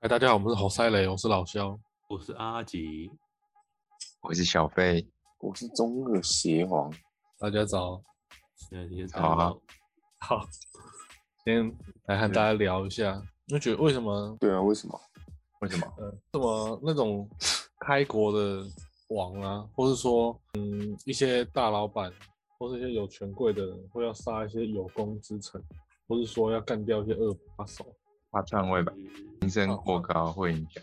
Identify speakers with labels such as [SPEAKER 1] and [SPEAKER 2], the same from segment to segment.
[SPEAKER 1] 嗨，哎大家好，我们是好塞雷，我是老肖。
[SPEAKER 2] 我是阿吉，
[SPEAKER 3] 我是小飞，
[SPEAKER 4] 我是中二邪皇，
[SPEAKER 1] 大家 早，
[SPEAKER 2] 现在今天
[SPEAKER 3] 好啊
[SPEAKER 1] 好，今天来和大家聊一下，你会觉得为什么
[SPEAKER 4] 对啊，为什么？
[SPEAKER 3] 为什么？
[SPEAKER 1] 这么那种开国的王啊，或是说，嗯，一些大老板或是一些有权贵的人，会要杀一些有功之臣，或是说要干掉一些恶把手，
[SPEAKER 3] 怕篡位吧，名声过高会影响。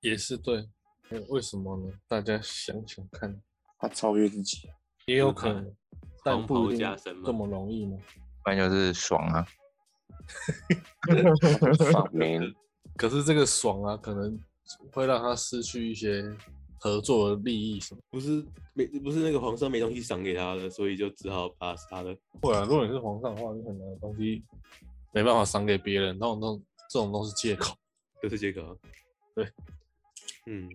[SPEAKER 1] 也是对。哎为什么呢？大家想想看，
[SPEAKER 4] 他超越自己，啊
[SPEAKER 1] 也有可能，但
[SPEAKER 2] 黄
[SPEAKER 1] 不
[SPEAKER 2] 袍
[SPEAKER 1] 一
[SPEAKER 2] 加
[SPEAKER 1] 定
[SPEAKER 2] 身嘛
[SPEAKER 1] 这，么容易呢。
[SPEAKER 3] 不然就是爽啊，
[SPEAKER 4] 法门
[SPEAKER 1] 可是这个爽啊，可能会让他失去一些合作的利益什么。
[SPEAKER 2] 不是没不是那个皇上没东西赏给他的，所以就只好把他的
[SPEAKER 1] 会啊，如果你是皇上的话，你很多东西没办法赏给别人，那种东这种都是借口。
[SPEAKER 2] 就是这个，
[SPEAKER 1] 对，
[SPEAKER 2] 啊嗯，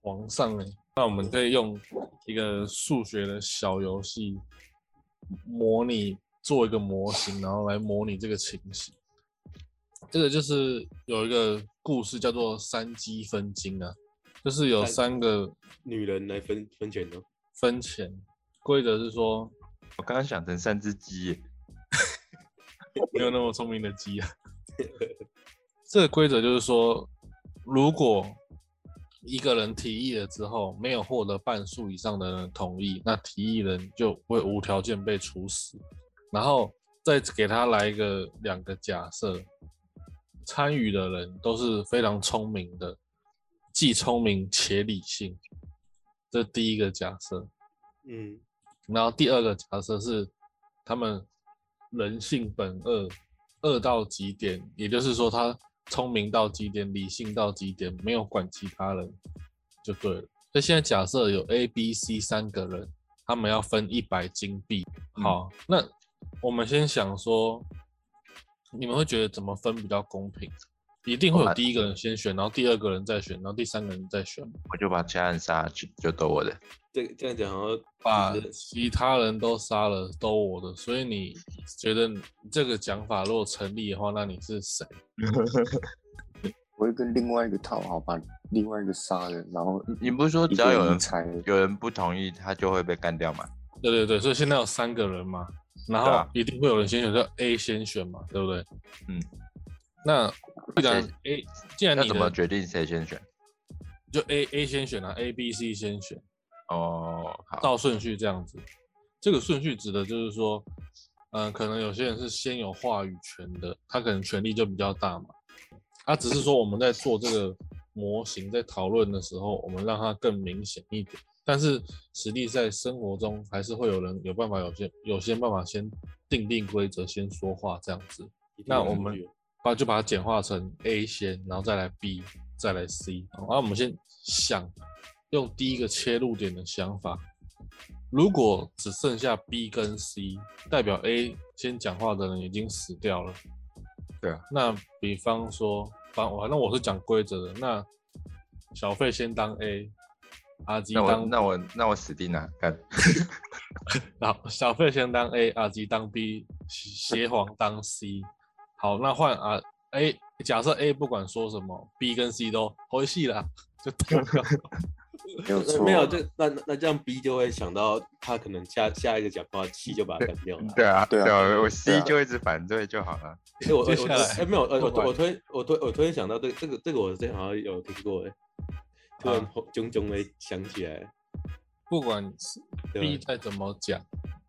[SPEAKER 1] 皇上呢、那我们可以用一个数学的小游戏模拟做一个模型，然后来模拟这个情形。这个就是有一个故事叫做三鸡分金啊，就是有三个
[SPEAKER 2] 女人来分分钱哦呢，
[SPEAKER 1] 分钱，规则是说
[SPEAKER 3] 我刚刚想成三只鸡耶，
[SPEAKER 1] 没有那么聪明的鸡啊。 这个规则就是说，如果一个人提议了之后，没有获得半数以上的人同意，那提议人就会无条件被处死。然后再给他来一个两个假设，参与的人都是非常聪明的，既聪明且理性，这第一个假设。
[SPEAKER 2] 嗯，
[SPEAKER 1] 然后第二个假设是他们人性本恶，恶到极点，也就是说他聪明到极点，理性到极点，没有管其他人就对了。所以现在假设有 A、B、C 三个人，他们要分一百金币。
[SPEAKER 3] 嗯
[SPEAKER 1] 好，那我们先想说，你们会觉得怎么分比较公平？一定会有第一个人先选，然后第二个人再选，然后第三个人再选，
[SPEAKER 3] 我就把其他人杀了就就都我的。
[SPEAKER 2] 这这样讲好像
[SPEAKER 1] 把
[SPEAKER 2] 就是
[SPEAKER 1] 其他人都杀了，都我的，所以你觉得你这个讲法如果成立的话，那你是谁？
[SPEAKER 4] 我会跟另外一个套好，把另外一个杀了，然后
[SPEAKER 3] 你不是说
[SPEAKER 4] 一
[SPEAKER 3] 只要
[SPEAKER 4] 个
[SPEAKER 3] 有人
[SPEAKER 4] 人猜，
[SPEAKER 3] 有人不同意，他就会被干掉吗？
[SPEAKER 1] 对对对，所以现在有三个人嘛，然后
[SPEAKER 3] 对啊
[SPEAKER 1] 一定会有人先选，叫 A 先选嘛，对不对？
[SPEAKER 3] 嗯。
[SPEAKER 1] 那既然
[SPEAKER 3] 而且
[SPEAKER 1] A，既然
[SPEAKER 3] 那
[SPEAKER 1] 你
[SPEAKER 3] 怎么
[SPEAKER 1] 的
[SPEAKER 3] 决定谁先选？
[SPEAKER 1] 就 A A 先选啊，A B C 先选，
[SPEAKER 3] 哦，好，
[SPEAKER 1] 照顺序这样子。这个顺序指的就是说，嗯、可能有些人是先有话语权的，他可能权力就比较大嘛。他、只是说我们在做这个模型在讨论的时候，我们让它更明显一点。但是实际在生活中，还是会有人有办法，有些有些办法先定定规则，先说话这样子。
[SPEAKER 2] 一定
[SPEAKER 1] 那
[SPEAKER 2] 有
[SPEAKER 1] 我
[SPEAKER 2] 证
[SPEAKER 1] 们
[SPEAKER 2] 据
[SPEAKER 1] 把就把它简化成 A 先，然后再来 B，再来 C。好，啊那我们先想用第一个切入点的想法，如果只剩下 B 跟 C，代表 A 先讲话的人已经死掉了。
[SPEAKER 3] 对啊。
[SPEAKER 1] 那比方说，反反正我是讲规则的，那小费先当 A，阿基
[SPEAKER 3] 那我
[SPEAKER 1] 当
[SPEAKER 3] 那我那我死定了，干，
[SPEAKER 1] 好，小费先当 A，阿吉当 B，邪皇当 C。好，那换啊 A，假设 A 不管说什么，B 跟 C 都回戏啦，就投 票。
[SPEAKER 4] 没有
[SPEAKER 2] 那
[SPEAKER 4] 错，
[SPEAKER 2] 呃没有这那那那这样 B 就会想到他可能下下一个讲话 C 就把他干掉了，
[SPEAKER 3] 对啊，
[SPEAKER 4] 对啊
[SPEAKER 3] 我我 C
[SPEAKER 4] 啊
[SPEAKER 3] 就一直反对就好了。
[SPEAKER 2] 哎我我
[SPEAKER 1] 接下来
[SPEAKER 2] 我哎没有呃我
[SPEAKER 1] 不管
[SPEAKER 2] 我突然我突我突然想到这个这个这个我之前好像有听过哎，突然
[SPEAKER 1] 啊
[SPEAKER 2] 炯炯的想起来，
[SPEAKER 1] 不管
[SPEAKER 2] 对
[SPEAKER 1] B
[SPEAKER 2] 吧
[SPEAKER 1] 再怎么讲，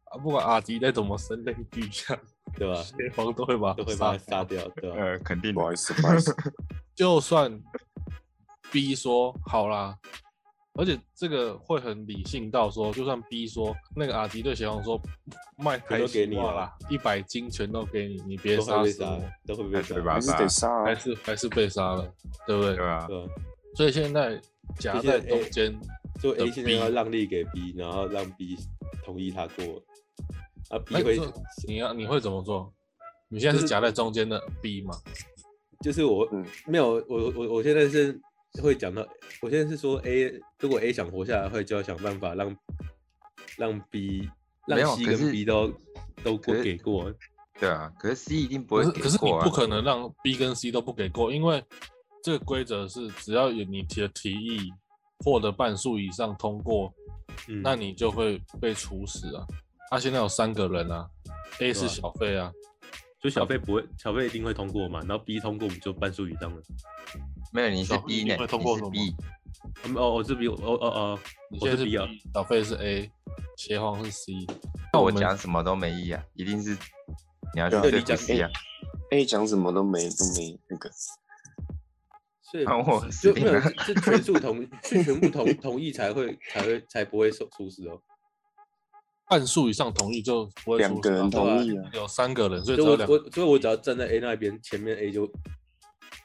[SPEAKER 1] 啊，不管阿吉再怎么声泪俱下，
[SPEAKER 2] 对吧？
[SPEAKER 1] 邪皇都会把
[SPEAKER 2] 都会把
[SPEAKER 1] 杀
[SPEAKER 2] 他杀
[SPEAKER 1] 掉。
[SPEAKER 2] 掉，对啊吧？
[SPEAKER 3] 呃，肯定
[SPEAKER 4] 不
[SPEAKER 3] 的，
[SPEAKER 4] 好意思，不好 意思，
[SPEAKER 1] 就算 B 说好啦，而且这个会很理性到说，就算 B 说那个阿迪对邪皇说卖开
[SPEAKER 2] 全都给你
[SPEAKER 1] 话
[SPEAKER 2] 了
[SPEAKER 1] 啦，一百金全都给你，你别
[SPEAKER 2] 都会
[SPEAKER 1] 杀
[SPEAKER 2] 被
[SPEAKER 1] 死
[SPEAKER 2] 杀
[SPEAKER 1] 我，，
[SPEAKER 2] 都会被
[SPEAKER 3] 还
[SPEAKER 2] 杀，
[SPEAKER 3] 是
[SPEAKER 2] 对
[SPEAKER 3] 把
[SPEAKER 2] 吧？
[SPEAKER 3] 他
[SPEAKER 4] 还是
[SPEAKER 3] 杀
[SPEAKER 4] 得，杀啊
[SPEAKER 1] 还，是还是被杀了，对不对？
[SPEAKER 3] 对啊吧？
[SPEAKER 2] 啊
[SPEAKER 1] 所以现在夹在中间，
[SPEAKER 2] 就 A
[SPEAKER 1] 的
[SPEAKER 2] 现在要
[SPEAKER 1] B
[SPEAKER 2] 让利给 B，然后让 B 同意他过，啊 B
[SPEAKER 1] 那
[SPEAKER 2] 会
[SPEAKER 1] 这你要你会怎么做？你现在是夹在中间的 B 嘛？
[SPEAKER 2] 就是我
[SPEAKER 4] 嗯
[SPEAKER 2] 没有我我我现在是会讲到，我现在是说 A 如果 A 想活下来的话，就要想办法让让 B
[SPEAKER 3] 没有
[SPEAKER 2] 让 C
[SPEAKER 3] 可是
[SPEAKER 2] 跟 B 都都
[SPEAKER 3] 可
[SPEAKER 2] 过
[SPEAKER 3] 是
[SPEAKER 2] 给过，
[SPEAKER 3] 对啊，可是 C 一定不
[SPEAKER 1] 可
[SPEAKER 3] 会
[SPEAKER 1] 是
[SPEAKER 3] 给
[SPEAKER 1] 可是你
[SPEAKER 3] 过啊
[SPEAKER 1] 不可能让 B 跟 C 都不给过，因为这个规则是，只要有你提的提议获得半数以上通过，
[SPEAKER 2] 嗯
[SPEAKER 1] 那你就会被处死啊。他、现在有三个人啊，A
[SPEAKER 2] 对
[SPEAKER 1] 是
[SPEAKER 2] 啊
[SPEAKER 1] 小费啊，
[SPEAKER 2] 就小费不会，小费一定会通过嘛，然后 B 通过我们就半数以上了。
[SPEAKER 3] 没有，你是
[SPEAKER 1] 小费
[SPEAKER 3] B
[SPEAKER 1] 一
[SPEAKER 3] 呢？
[SPEAKER 1] 定
[SPEAKER 3] 你
[SPEAKER 1] 会通过
[SPEAKER 3] 是
[SPEAKER 1] 什么
[SPEAKER 3] B，
[SPEAKER 2] 嗯哦，我这边哦哦哦，
[SPEAKER 1] 你
[SPEAKER 2] 我
[SPEAKER 1] 现在是
[SPEAKER 2] 是 B 啊，
[SPEAKER 1] B，小费是 A，邪皇是 C。
[SPEAKER 3] 那我讲什么都没意义啊，一定是你要去
[SPEAKER 4] 对
[SPEAKER 3] 对
[SPEAKER 2] 你讲
[SPEAKER 3] 付 C 啊。
[SPEAKER 4] A 哎讲什么都没都没那个，
[SPEAKER 2] 所以
[SPEAKER 3] 那我
[SPEAKER 2] 就是没有这全数同是全部同同意才会才会才不会出出事哦。
[SPEAKER 1] 半数以上同意就不会
[SPEAKER 4] 两
[SPEAKER 1] 出
[SPEAKER 4] 个
[SPEAKER 1] 事啊
[SPEAKER 4] 人
[SPEAKER 2] 对啊
[SPEAKER 4] 同意啊，
[SPEAKER 1] 有三个人，所以
[SPEAKER 2] 所
[SPEAKER 1] 只有
[SPEAKER 2] 以我
[SPEAKER 1] 两个
[SPEAKER 2] 我所以我只要站在 A 那边，前面 A 就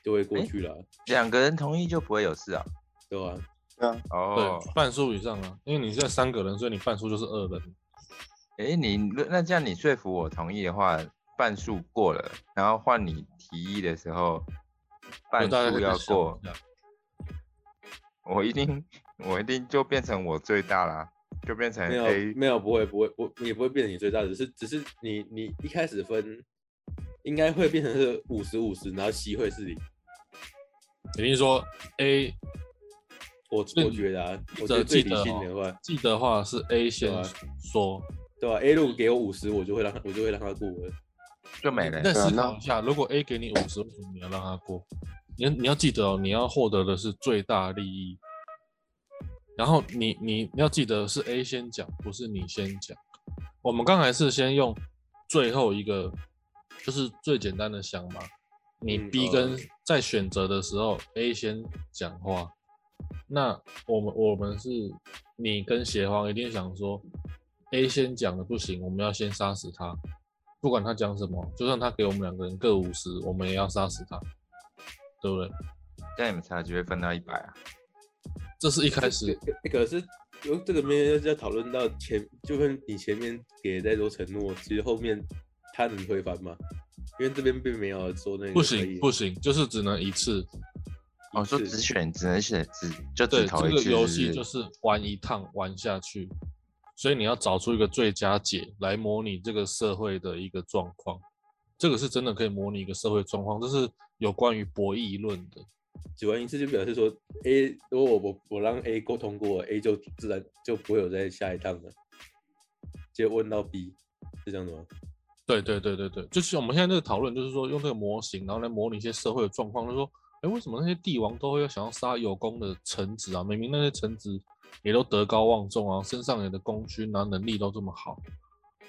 [SPEAKER 2] 就会过去了啊，
[SPEAKER 3] 两个人同意就不会有事啊。
[SPEAKER 2] 对吧、
[SPEAKER 4] 对啊，
[SPEAKER 3] 哦，
[SPEAKER 1] 对半数以上啊，因为你现在三个人，所以你半数就是二人。
[SPEAKER 3] 哎，你那这样你说服我同意的话，半数过了，然后换你提议的时候，半
[SPEAKER 1] 就大家可
[SPEAKER 3] 数
[SPEAKER 1] 以
[SPEAKER 3] 要
[SPEAKER 1] 想
[SPEAKER 3] 过
[SPEAKER 1] 一，下，
[SPEAKER 3] 我一定 我一定就变成我最大啦，就变成
[SPEAKER 2] 没
[SPEAKER 1] 哎
[SPEAKER 3] A
[SPEAKER 2] 有没有不会不会不你也不会变成你最大的，只是只是你你一开始分应该会变成是五十五十，然后 C 会是零。
[SPEAKER 1] 也就是说 A
[SPEAKER 2] 我
[SPEAKER 1] 所以
[SPEAKER 2] 我觉得啊，我
[SPEAKER 1] 记
[SPEAKER 2] 觉得
[SPEAKER 1] 得
[SPEAKER 2] 最
[SPEAKER 1] 记
[SPEAKER 2] 理
[SPEAKER 1] 得、
[SPEAKER 2] 性的
[SPEAKER 1] 哦
[SPEAKER 2] 话，，
[SPEAKER 1] 记得话是 A 先
[SPEAKER 2] 对啊
[SPEAKER 1] 说，
[SPEAKER 2] 对吧、a 如果给我五十，我就会让他，我就会让他过了。
[SPEAKER 3] 就没了。
[SPEAKER 1] 那
[SPEAKER 4] 对啊
[SPEAKER 1] 思
[SPEAKER 4] 那
[SPEAKER 1] 考一下，如果 A 给你五十，为什么你要让他过？你要你要记得哦，你要获得的是最大利益。然后你你你要记得是 A 先讲，不是你先讲。我们刚才是先用最后一个，就是最简单的想法。你
[SPEAKER 2] 嗯
[SPEAKER 1] B
[SPEAKER 2] 呃
[SPEAKER 1] 跟在选择的时候、A 先讲话，那我们我们是你跟邪皇一定想说，A 先讲的不行，我们要先杀死他，不管他讲什么，就算他给我们两个人各五十，我们也要杀死他，对不对？
[SPEAKER 3] 这样你们才有机会分到一百啊。
[SPEAKER 1] 这是一开始
[SPEAKER 2] 可可可是有这个面就是要讨论到前，就算你前面给再多承诺，其实后面他能推翻吗？因为这边并没有说那个
[SPEAKER 1] 不
[SPEAKER 2] 可以
[SPEAKER 1] 行不行，就是只能一次。
[SPEAKER 3] 哦，说
[SPEAKER 2] 一致
[SPEAKER 3] 只选只能选只就只
[SPEAKER 1] 对，
[SPEAKER 3] 投
[SPEAKER 1] 这
[SPEAKER 3] 一
[SPEAKER 1] 个
[SPEAKER 3] 次，
[SPEAKER 1] 游戏
[SPEAKER 3] 不
[SPEAKER 1] 就是玩一趟玩下去，所以你要找出一个最佳解来模拟这个社会的一个状况。这个是真的可以模拟一个社会状况，这是有关于博弈论的。
[SPEAKER 2] 只玩一次就表示说 A，如果我我我让 A 过通过，A 就自然就不会有再下一趟了，就问到 B 是这样子吗？嗯
[SPEAKER 1] 对对对对对，就是我们现在这个讨论，就是说用这个模型，然后来模拟一些社会的状况，就是说，哎，为什么那些帝王都会想要杀有功的臣子啊？明明那些臣子也都德高望重啊，身上也的功勋啊，能力都这么好，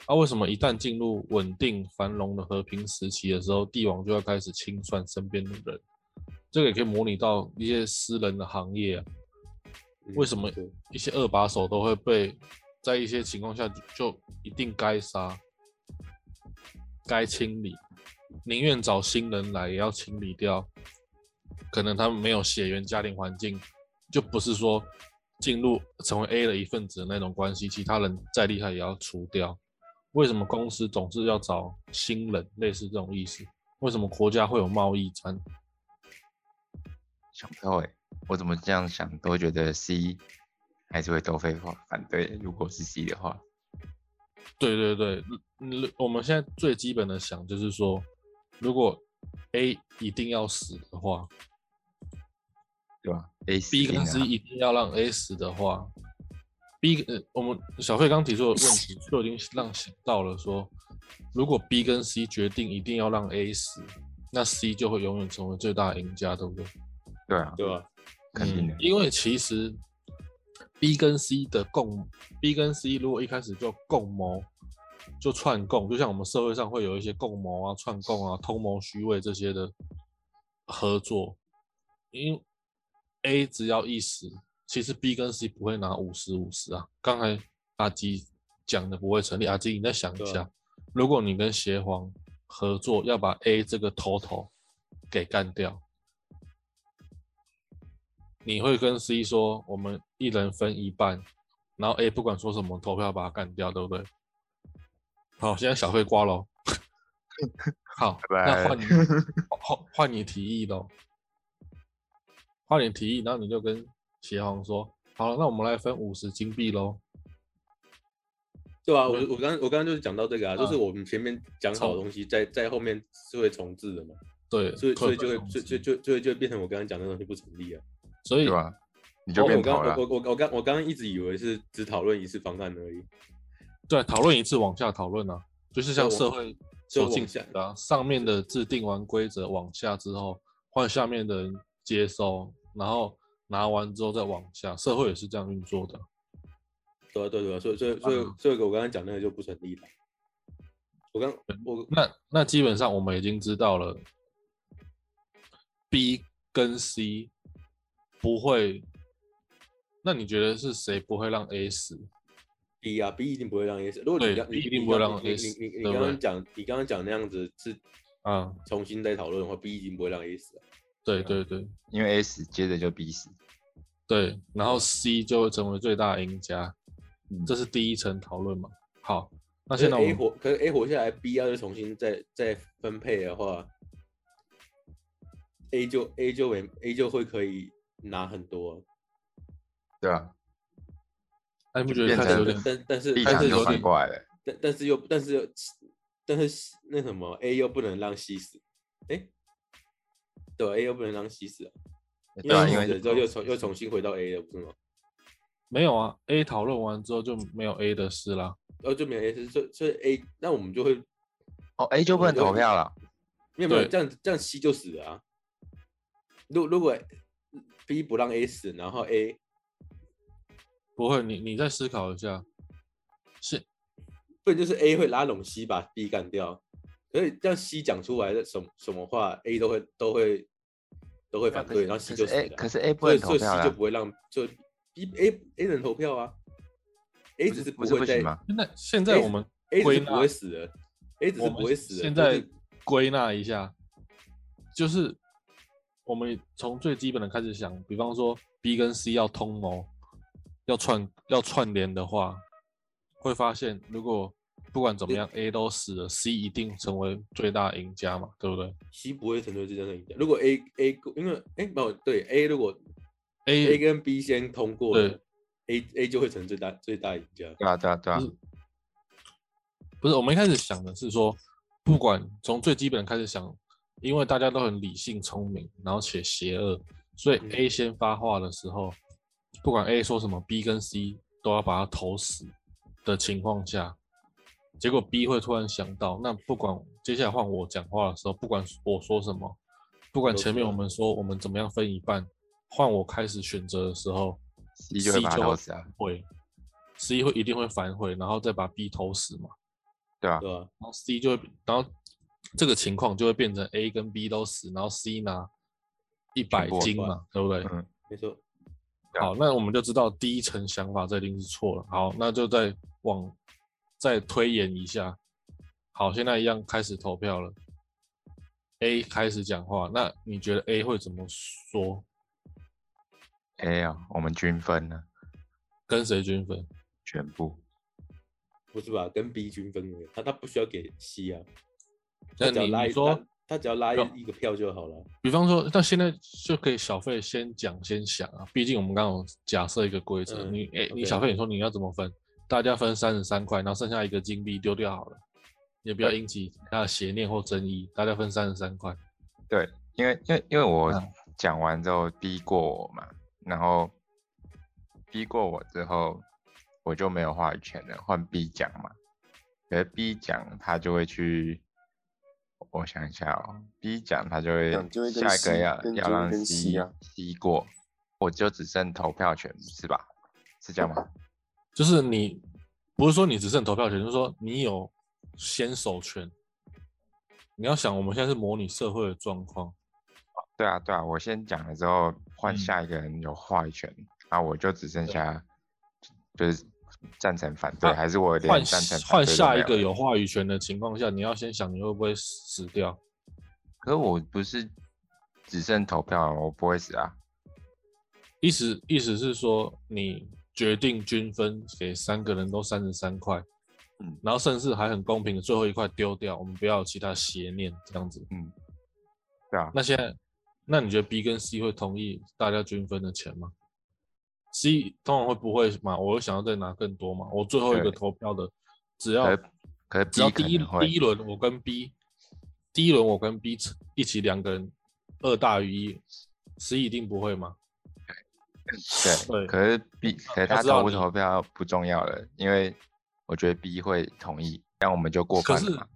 [SPEAKER 1] 啊，为什么一旦进入稳定繁荣的和平时期的时候，帝王就要开始清算身边的人？这个也可以模拟到一些私人的行业啊，
[SPEAKER 2] 嗯
[SPEAKER 1] 为什么
[SPEAKER 2] 对
[SPEAKER 1] 一些二把手都会被在一些情况下就就一定该杀、该清理，宁愿找新人来也要清理掉。可能他们没有血缘、家庭环境，就不是说进入成为 A 的一份子的那种关系，其他人再厉害也要除掉。为什么公司总是要找新人？类似这种意思。为什么国家会有贸易战？
[SPEAKER 3] 想不到哎，我怎么这样想都觉得 C 还是会投非法反对，如果是 C 的话，
[SPEAKER 1] 对对对，嗯嗯我们现在最基本的想就是说，如果 A 一定要死的话
[SPEAKER 3] 对吧？A、C、
[SPEAKER 1] ，B 跟 C 一定要让 A 死的话，B 呃，我们小费刚提出的问题就已经让想到了说，如果 B 跟 C 决定一定要让 A 死，那 C 就会永远成为最大赢家，对不对？
[SPEAKER 3] 对啊，
[SPEAKER 2] 对吧？
[SPEAKER 3] 肯定的
[SPEAKER 1] 嗯。因为其实 B 跟 C 的共，B 跟 C 如果一开始就共谋，就串供，就像我们社会上会有一些共谋啊、串供啊、通谋虚伪这些的合作，因为 A 只要一死，其实 B 跟 C 不会拿五十五十啊。刚才阿基讲的不会成立，阿基你再想一
[SPEAKER 2] 对啊
[SPEAKER 1] 下，如果你跟邪皇合作要把 A 这个头头给干掉，你会跟 C 说我们一人分一半，然后 A 不管说什么投票把它干掉，对不对？好，现在小费瓜喽。 好，
[SPEAKER 3] 拜拜
[SPEAKER 1] 那换你换换你提议喽，换你提议，然后你就跟邪皇说，好了，那我们来分五十金币喽。
[SPEAKER 2] 对啊，我我刚我刚刚就是讲到这个啊，就是
[SPEAKER 1] 嗯
[SPEAKER 2] 我们前面讲好的东西在在后面是会重置的嘛。
[SPEAKER 1] 对，
[SPEAKER 2] 所以所以就
[SPEAKER 1] 退
[SPEAKER 2] 会
[SPEAKER 1] 回
[SPEAKER 2] 所以所
[SPEAKER 1] 通知
[SPEAKER 2] 以就就就就变成我刚刚讲的那东西不成立啊。
[SPEAKER 1] 所以
[SPEAKER 3] 对吧？你
[SPEAKER 2] 哦
[SPEAKER 3] 就变
[SPEAKER 2] 我刚
[SPEAKER 3] 头
[SPEAKER 2] 我
[SPEAKER 1] 啊
[SPEAKER 3] 了
[SPEAKER 2] 我，我我刚我刚刚一直以为是只讨论一次方案而已，
[SPEAKER 1] 对讨论一次往下讨论啊，就是像社会
[SPEAKER 2] 就
[SPEAKER 1] 所
[SPEAKER 2] 往
[SPEAKER 1] 进
[SPEAKER 2] 下
[SPEAKER 1] 行的啊、上面的制定完规则往下之后，换下面的人接收，然后拿完之后再往下，社会也是这样运作的。啊
[SPEAKER 2] 对啊对啊对啊，所以所以所以
[SPEAKER 1] 嗯
[SPEAKER 2] 所以我刚刚讲那个就不成立了。我刚
[SPEAKER 1] 嗯
[SPEAKER 2] 我
[SPEAKER 1] 那那基本上我们已经知道了，B 跟 C 不会。那你觉得是谁不会让 A 死？
[SPEAKER 2] B 啊 B 一定不会让 A 死，如果
[SPEAKER 1] 对
[SPEAKER 2] 你刚你
[SPEAKER 1] B 一定
[SPEAKER 2] 你
[SPEAKER 1] 不会
[SPEAKER 2] 刚
[SPEAKER 1] 让
[SPEAKER 2] 你
[SPEAKER 1] A 死
[SPEAKER 2] 你你你
[SPEAKER 1] 对不
[SPEAKER 2] 刚刚
[SPEAKER 1] 对
[SPEAKER 2] 讲你刚刚讲那样子是
[SPEAKER 1] 啊，
[SPEAKER 2] 重新再讨论的话，B 一定不会让 A 死啊。
[SPEAKER 1] 对对对
[SPEAKER 3] 因为 A 死接着就 B 死，
[SPEAKER 1] 对，然后 C 就会成为最大赢家，
[SPEAKER 4] 嗯
[SPEAKER 1] 这是第一层讨论嘛。好，那
[SPEAKER 2] 可是
[SPEAKER 1] 现在我
[SPEAKER 2] A
[SPEAKER 1] 们
[SPEAKER 2] 活可是 A 活下来，B 要是重新再再分配的话，A 就 A 就没 A 就会可以拿很多啊、
[SPEAKER 3] 对吧？
[SPEAKER 1] 哎，你不觉得
[SPEAKER 3] 变
[SPEAKER 1] 开始有
[SPEAKER 3] 成
[SPEAKER 1] 点
[SPEAKER 2] 但但是
[SPEAKER 3] 立
[SPEAKER 1] 但
[SPEAKER 2] 但
[SPEAKER 3] 场
[SPEAKER 1] 是
[SPEAKER 2] 是
[SPEAKER 1] 有
[SPEAKER 3] 就
[SPEAKER 1] 点
[SPEAKER 3] 反过来了，
[SPEAKER 2] 但但是又但是又但是那什么 A 又不能让西死，哎、对啊 A 又不能让西死啊，
[SPEAKER 3] 对吧？
[SPEAKER 2] 西
[SPEAKER 3] 因
[SPEAKER 2] 死了
[SPEAKER 3] 为
[SPEAKER 2] 之后又重又重新回到 A 了，不是吗？
[SPEAKER 1] 没有啊？A 讨论完之后就没有 A 的事啦。
[SPEAKER 2] 然后哦就没有 A 死，所以所以 A 那我们就会
[SPEAKER 3] 哦 A 就不能投票了，
[SPEAKER 2] 没有没有
[SPEAKER 1] 对
[SPEAKER 2] 这样这样 C 就死了啊。如如果 B 不让 A 死，然后 A
[SPEAKER 1] 不会，你你再思考一下，是
[SPEAKER 2] 不然就是 A 会拉拢 C 把 B 干掉，可是这样 C 讲出来的什么什么话 A 都会都会都会反对，然后 C
[SPEAKER 3] 可
[SPEAKER 2] 就是死了
[SPEAKER 3] A
[SPEAKER 2] 啊。
[SPEAKER 3] 可是 A 不
[SPEAKER 2] 所以
[SPEAKER 3] 能
[SPEAKER 2] 所
[SPEAKER 3] 投
[SPEAKER 2] 以
[SPEAKER 3] 票
[SPEAKER 2] C
[SPEAKER 3] 啊
[SPEAKER 2] 就
[SPEAKER 3] 了
[SPEAKER 2] 不，会让就 B A A 能投票啊，A 只是
[SPEAKER 3] 不是
[SPEAKER 2] 会
[SPEAKER 3] 不
[SPEAKER 2] 在
[SPEAKER 3] 行吗？
[SPEAKER 1] 现在现在
[SPEAKER 2] A-
[SPEAKER 1] 我们
[SPEAKER 2] A 只
[SPEAKER 1] 归
[SPEAKER 2] 是
[SPEAKER 1] 纳
[SPEAKER 2] 不会死的，A 只
[SPEAKER 1] 我
[SPEAKER 2] 是
[SPEAKER 1] 们
[SPEAKER 2] 不会死的。
[SPEAKER 1] 现
[SPEAKER 2] 但是
[SPEAKER 1] 在归纳一下，就是我们从最基本的开始想，比方说 B 跟 C 要通谋，要串要串联的话，会发现如果不管怎么样 A 都死了，C 一定成为最大赢家嘛，对不对
[SPEAKER 2] C 不会成为真正的赢家。如果 A A 因为哎没有对 A 如果
[SPEAKER 1] A
[SPEAKER 2] A 跟 B 先通过
[SPEAKER 1] 嗯对
[SPEAKER 2] 了，A A 就会成最大最大赢家。
[SPEAKER 3] 对啊对啊对啊
[SPEAKER 1] 不，是不是，我们一开始想的是说，不管从最基本开始想，因为大家都很理性、聪明，然后且邪恶，所以
[SPEAKER 2] 嗯
[SPEAKER 1] A 先发话的时候，不管 A 说什么，B 跟 C 都要把它投死的情况下，结果 B 会突然想到，那不管接下来换我讲话的时候，不管我说什么，不管
[SPEAKER 2] 都
[SPEAKER 1] 前面
[SPEAKER 2] 是
[SPEAKER 1] 我们说我们怎么样分一半，换我开始选择的时候，
[SPEAKER 3] C 就会把它投死啊，
[SPEAKER 1] 会，C 会一定会反悔，然后再把 B 投死嘛。
[SPEAKER 3] 对吧？
[SPEAKER 2] 对吧？
[SPEAKER 1] 然后 C 就会，然后这个情况就会变成 A 跟 B 都死，然后 C 拿一百
[SPEAKER 3] 全部
[SPEAKER 1] 斤
[SPEAKER 2] 完
[SPEAKER 1] 嘛，对不对？
[SPEAKER 3] 嗯，
[SPEAKER 2] 没错，
[SPEAKER 3] 对啊
[SPEAKER 1] 好，那我们就知道第一层想法这一定是错了。好，那就再往再推演一下。好，现在一样开始投票了。A 开始讲话，那你觉得 A 会怎么说？
[SPEAKER 3] A 啊，我们均分呢，
[SPEAKER 1] 跟谁均分？
[SPEAKER 3] 全部
[SPEAKER 2] 不是吧？跟 B 均分的，他他不需要给 C 啊，
[SPEAKER 1] 那
[SPEAKER 2] 他只要
[SPEAKER 1] 你
[SPEAKER 2] 拉
[SPEAKER 1] 你
[SPEAKER 2] 一
[SPEAKER 1] 说
[SPEAKER 2] 他，他只要拉
[SPEAKER 1] 有
[SPEAKER 2] 一一个票就好了。
[SPEAKER 1] 比方说，那现在就可以小费先讲先想啊，毕竟我们刚刚有假设一个规则，
[SPEAKER 2] 嗯
[SPEAKER 1] 你哎、你
[SPEAKER 2] OK
[SPEAKER 1] 小费你说你要怎么分，大家分三十三块，然后剩下一个金币丢掉好了，也不要引起他的邪念或争议，大家分三十三块，
[SPEAKER 3] 对，因为因为因为我
[SPEAKER 1] 嗯
[SPEAKER 3] 讲完之后逼过我嘛，然后逼过我之后，我就没有话语权了，换 B 讲嘛。可是 B 讲他就会去，我想一下哦，B 讲他就会
[SPEAKER 4] 讲嗯就会跟
[SPEAKER 3] 下一
[SPEAKER 4] C-
[SPEAKER 3] 个要
[SPEAKER 4] 跟
[SPEAKER 3] 要
[SPEAKER 4] 就会
[SPEAKER 3] 让
[SPEAKER 4] 跟 C 啊
[SPEAKER 3] C 过，我就只剩投票权是吧？是这样吗？
[SPEAKER 1] 就是你不是说你只剩投票权，就是说你有先手权。你要想，我们现在是模拟社会的状况，
[SPEAKER 3] 对啊，对啊，我先讲了之后，换
[SPEAKER 1] 嗯
[SPEAKER 3] 下一个人有话语权，啊，我就只剩下就是赞成、反对，
[SPEAKER 1] 啊
[SPEAKER 3] 还是我连
[SPEAKER 1] 换
[SPEAKER 3] 赞成、反
[SPEAKER 1] 换
[SPEAKER 3] 对都
[SPEAKER 1] 下
[SPEAKER 3] 没
[SPEAKER 1] 一
[SPEAKER 3] 有
[SPEAKER 1] 个
[SPEAKER 3] 了
[SPEAKER 1] 有话语权的情况下，你要先想你会不会死掉。
[SPEAKER 3] 可是我不是只剩投票，我不会死啊。
[SPEAKER 1] 意思意思是说，你决定均分给三个人都三十三块，
[SPEAKER 3] 嗯
[SPEAKER 1] 然后甚至还很公平的最后一块丢掉，我们不要有其他邪念这样子。
[SPEAKER 3] 嗯，对啊，
[SPEAKER 1] 那现在，那你觉得 B 跟 C 会同意大家均分的钱吗？C 通常会不会嘛？我会想要再拿更多嘛？我最后一个
[SPEAKER 3] 对
[SPEAKER 1] 投票的，只
[SPEAKER 3] 可
[SPEAKER 1] 要
[SPEAKER 3] 是可是
[SPEAKER 1] 只要第
[SPEAKER 3] B 可
[SPEAKER 1] 一
[SPEAKER 3] 能
[SPEAKER 1] 第一
[SPEAKER 3] 会，
[SPEAKER 1] 轮我跟 B 第一轮我跟 B 一起两个人二大于一，十一定不会吗？对
[SPEAKER 3] 对，可是 B 可是
[SPEAKER 1] 我
[SPEAKER 3] 他
[SPEAKER 1] 知道
[SPEAKER 3] 投不
[SPEAKER 1] 你
[SPEAKER 3] 投票不重要了，因为我觉得 B 会同意，这样我们就过
[SPEAKER 1] 可
[SPEAKER 3] 关
[SPEAKER 1] 是
[SPEAKER 3] 了嘛。，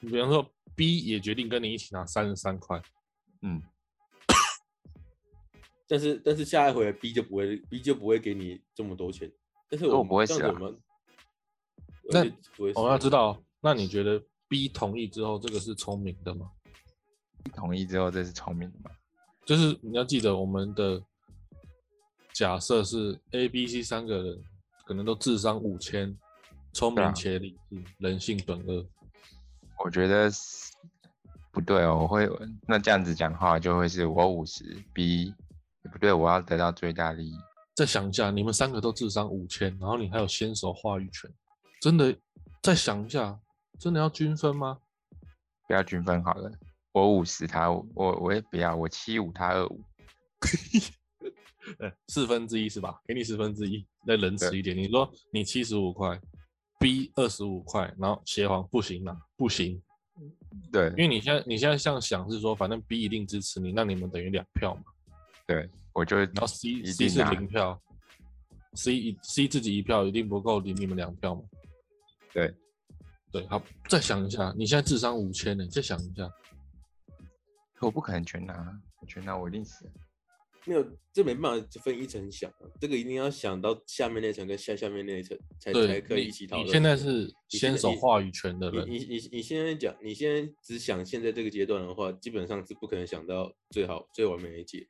[SPEAKER 1] 比方说 B 也决定跟你一起拿三十三块，
[SPEAKER 3] 嗯，
[SPEAKER 2] 但是但是下一回 B 就不会 B 就不会给你这么多钱，但是
[SPEAKER 3] 可
[SPEAKER 2] 我
[SPEAKER 3] 我
[SPEAKER 2] 们
[SPEAKER 3] 不会
[SPEAKER 2] 这样
[SPEAKER 3] 死
[SPEAKER 2] 子
[SPEAKER 3] 啊
[SPEAKER 2] 我们
[SPEAKER 1] 那
[SPEAKER 2] 而且不会死
[SPEAKER 3] 哦
[SPEAKER 2] 啊
[SPEAKER 1] 我要知道，那你觉得 B 同意之后，这个是聪明的吗？
[SPEAKER 3] 同意之后这是聪明的嘛？
[SPEAKER 1] 就是你要记得我们的假设是 A、B、C 三个人可能都智商五千，聪
[SPEAKER 3] 对啊
[SPEAKER 1] 明且理性，人性本恶。
[SPEAKER 3] 我觉得是不对哦，我会那这样子讲话就会是我五十 B 不对，我要得到最大利益。
[SPEAKER 1] 再想一下，你们三个都智商五千，然后你还有先手话语权，真的再想一下，真的要均分吗？
[SPEAKER 3] 不要均分好了，我五十他五我我也不要，我七五他二五，
[SPEAKER 1] 呃，四分之一是吧？给你四分之一，再仁慈一点。你说你七十五块，B 二十五块，然后协皇不行啦，不行，
[SPEAKER 3] 对
[SPEAKER 1] 因为你现在你现在像想是说，反正 B 一定支持你，那你们等于两票嘛，
[SPEAKER 3] 对，我就
[SPEAKER 1] 然后 C
[SPEAKER 3] 一
[SPEAKER 1] C
[SPEAKER 3] 定
[SPEAKER 1] 是
[SPEAKER 2] 啊
[SPEAKER 3] 拿
[SPEAKER 1] 零票，C 一 C 自己一票一定不够，领你们两票嘛。
[SPEAKER 3] 对，
[SPEAKER 1] 对，好，再想一下，你现在智商五千呢，再想一下，
[SPEAKER 3] 我不可能全拿，全拿我一定死。
[SPEAKER 2] 没有，这没办法分一层想啊，这个一定要想到下面那层跟下下面那一层才才
[SPEAKER 1] 对，
[SPEAKER 2] 可以
[SPEAKER 1] 你
[SPEAKER 2] 一起讨论。
[SPEAKER 1] 你现在是
[SPEAKER 2] 你现
[SPEAKER 1] 先
[SPEAKER 2] 在
[SPEAKER 1] 手
[SPEAKER 2] 一
[SPEAKER 1] 话语权的
[SPEAKER 2] 你
[SPEAKER 1] 人，
[SPEAKER 2] 你你你现在讲，你现在只想现在这个阶段的话，基本上是不可能想到最好最完美的解。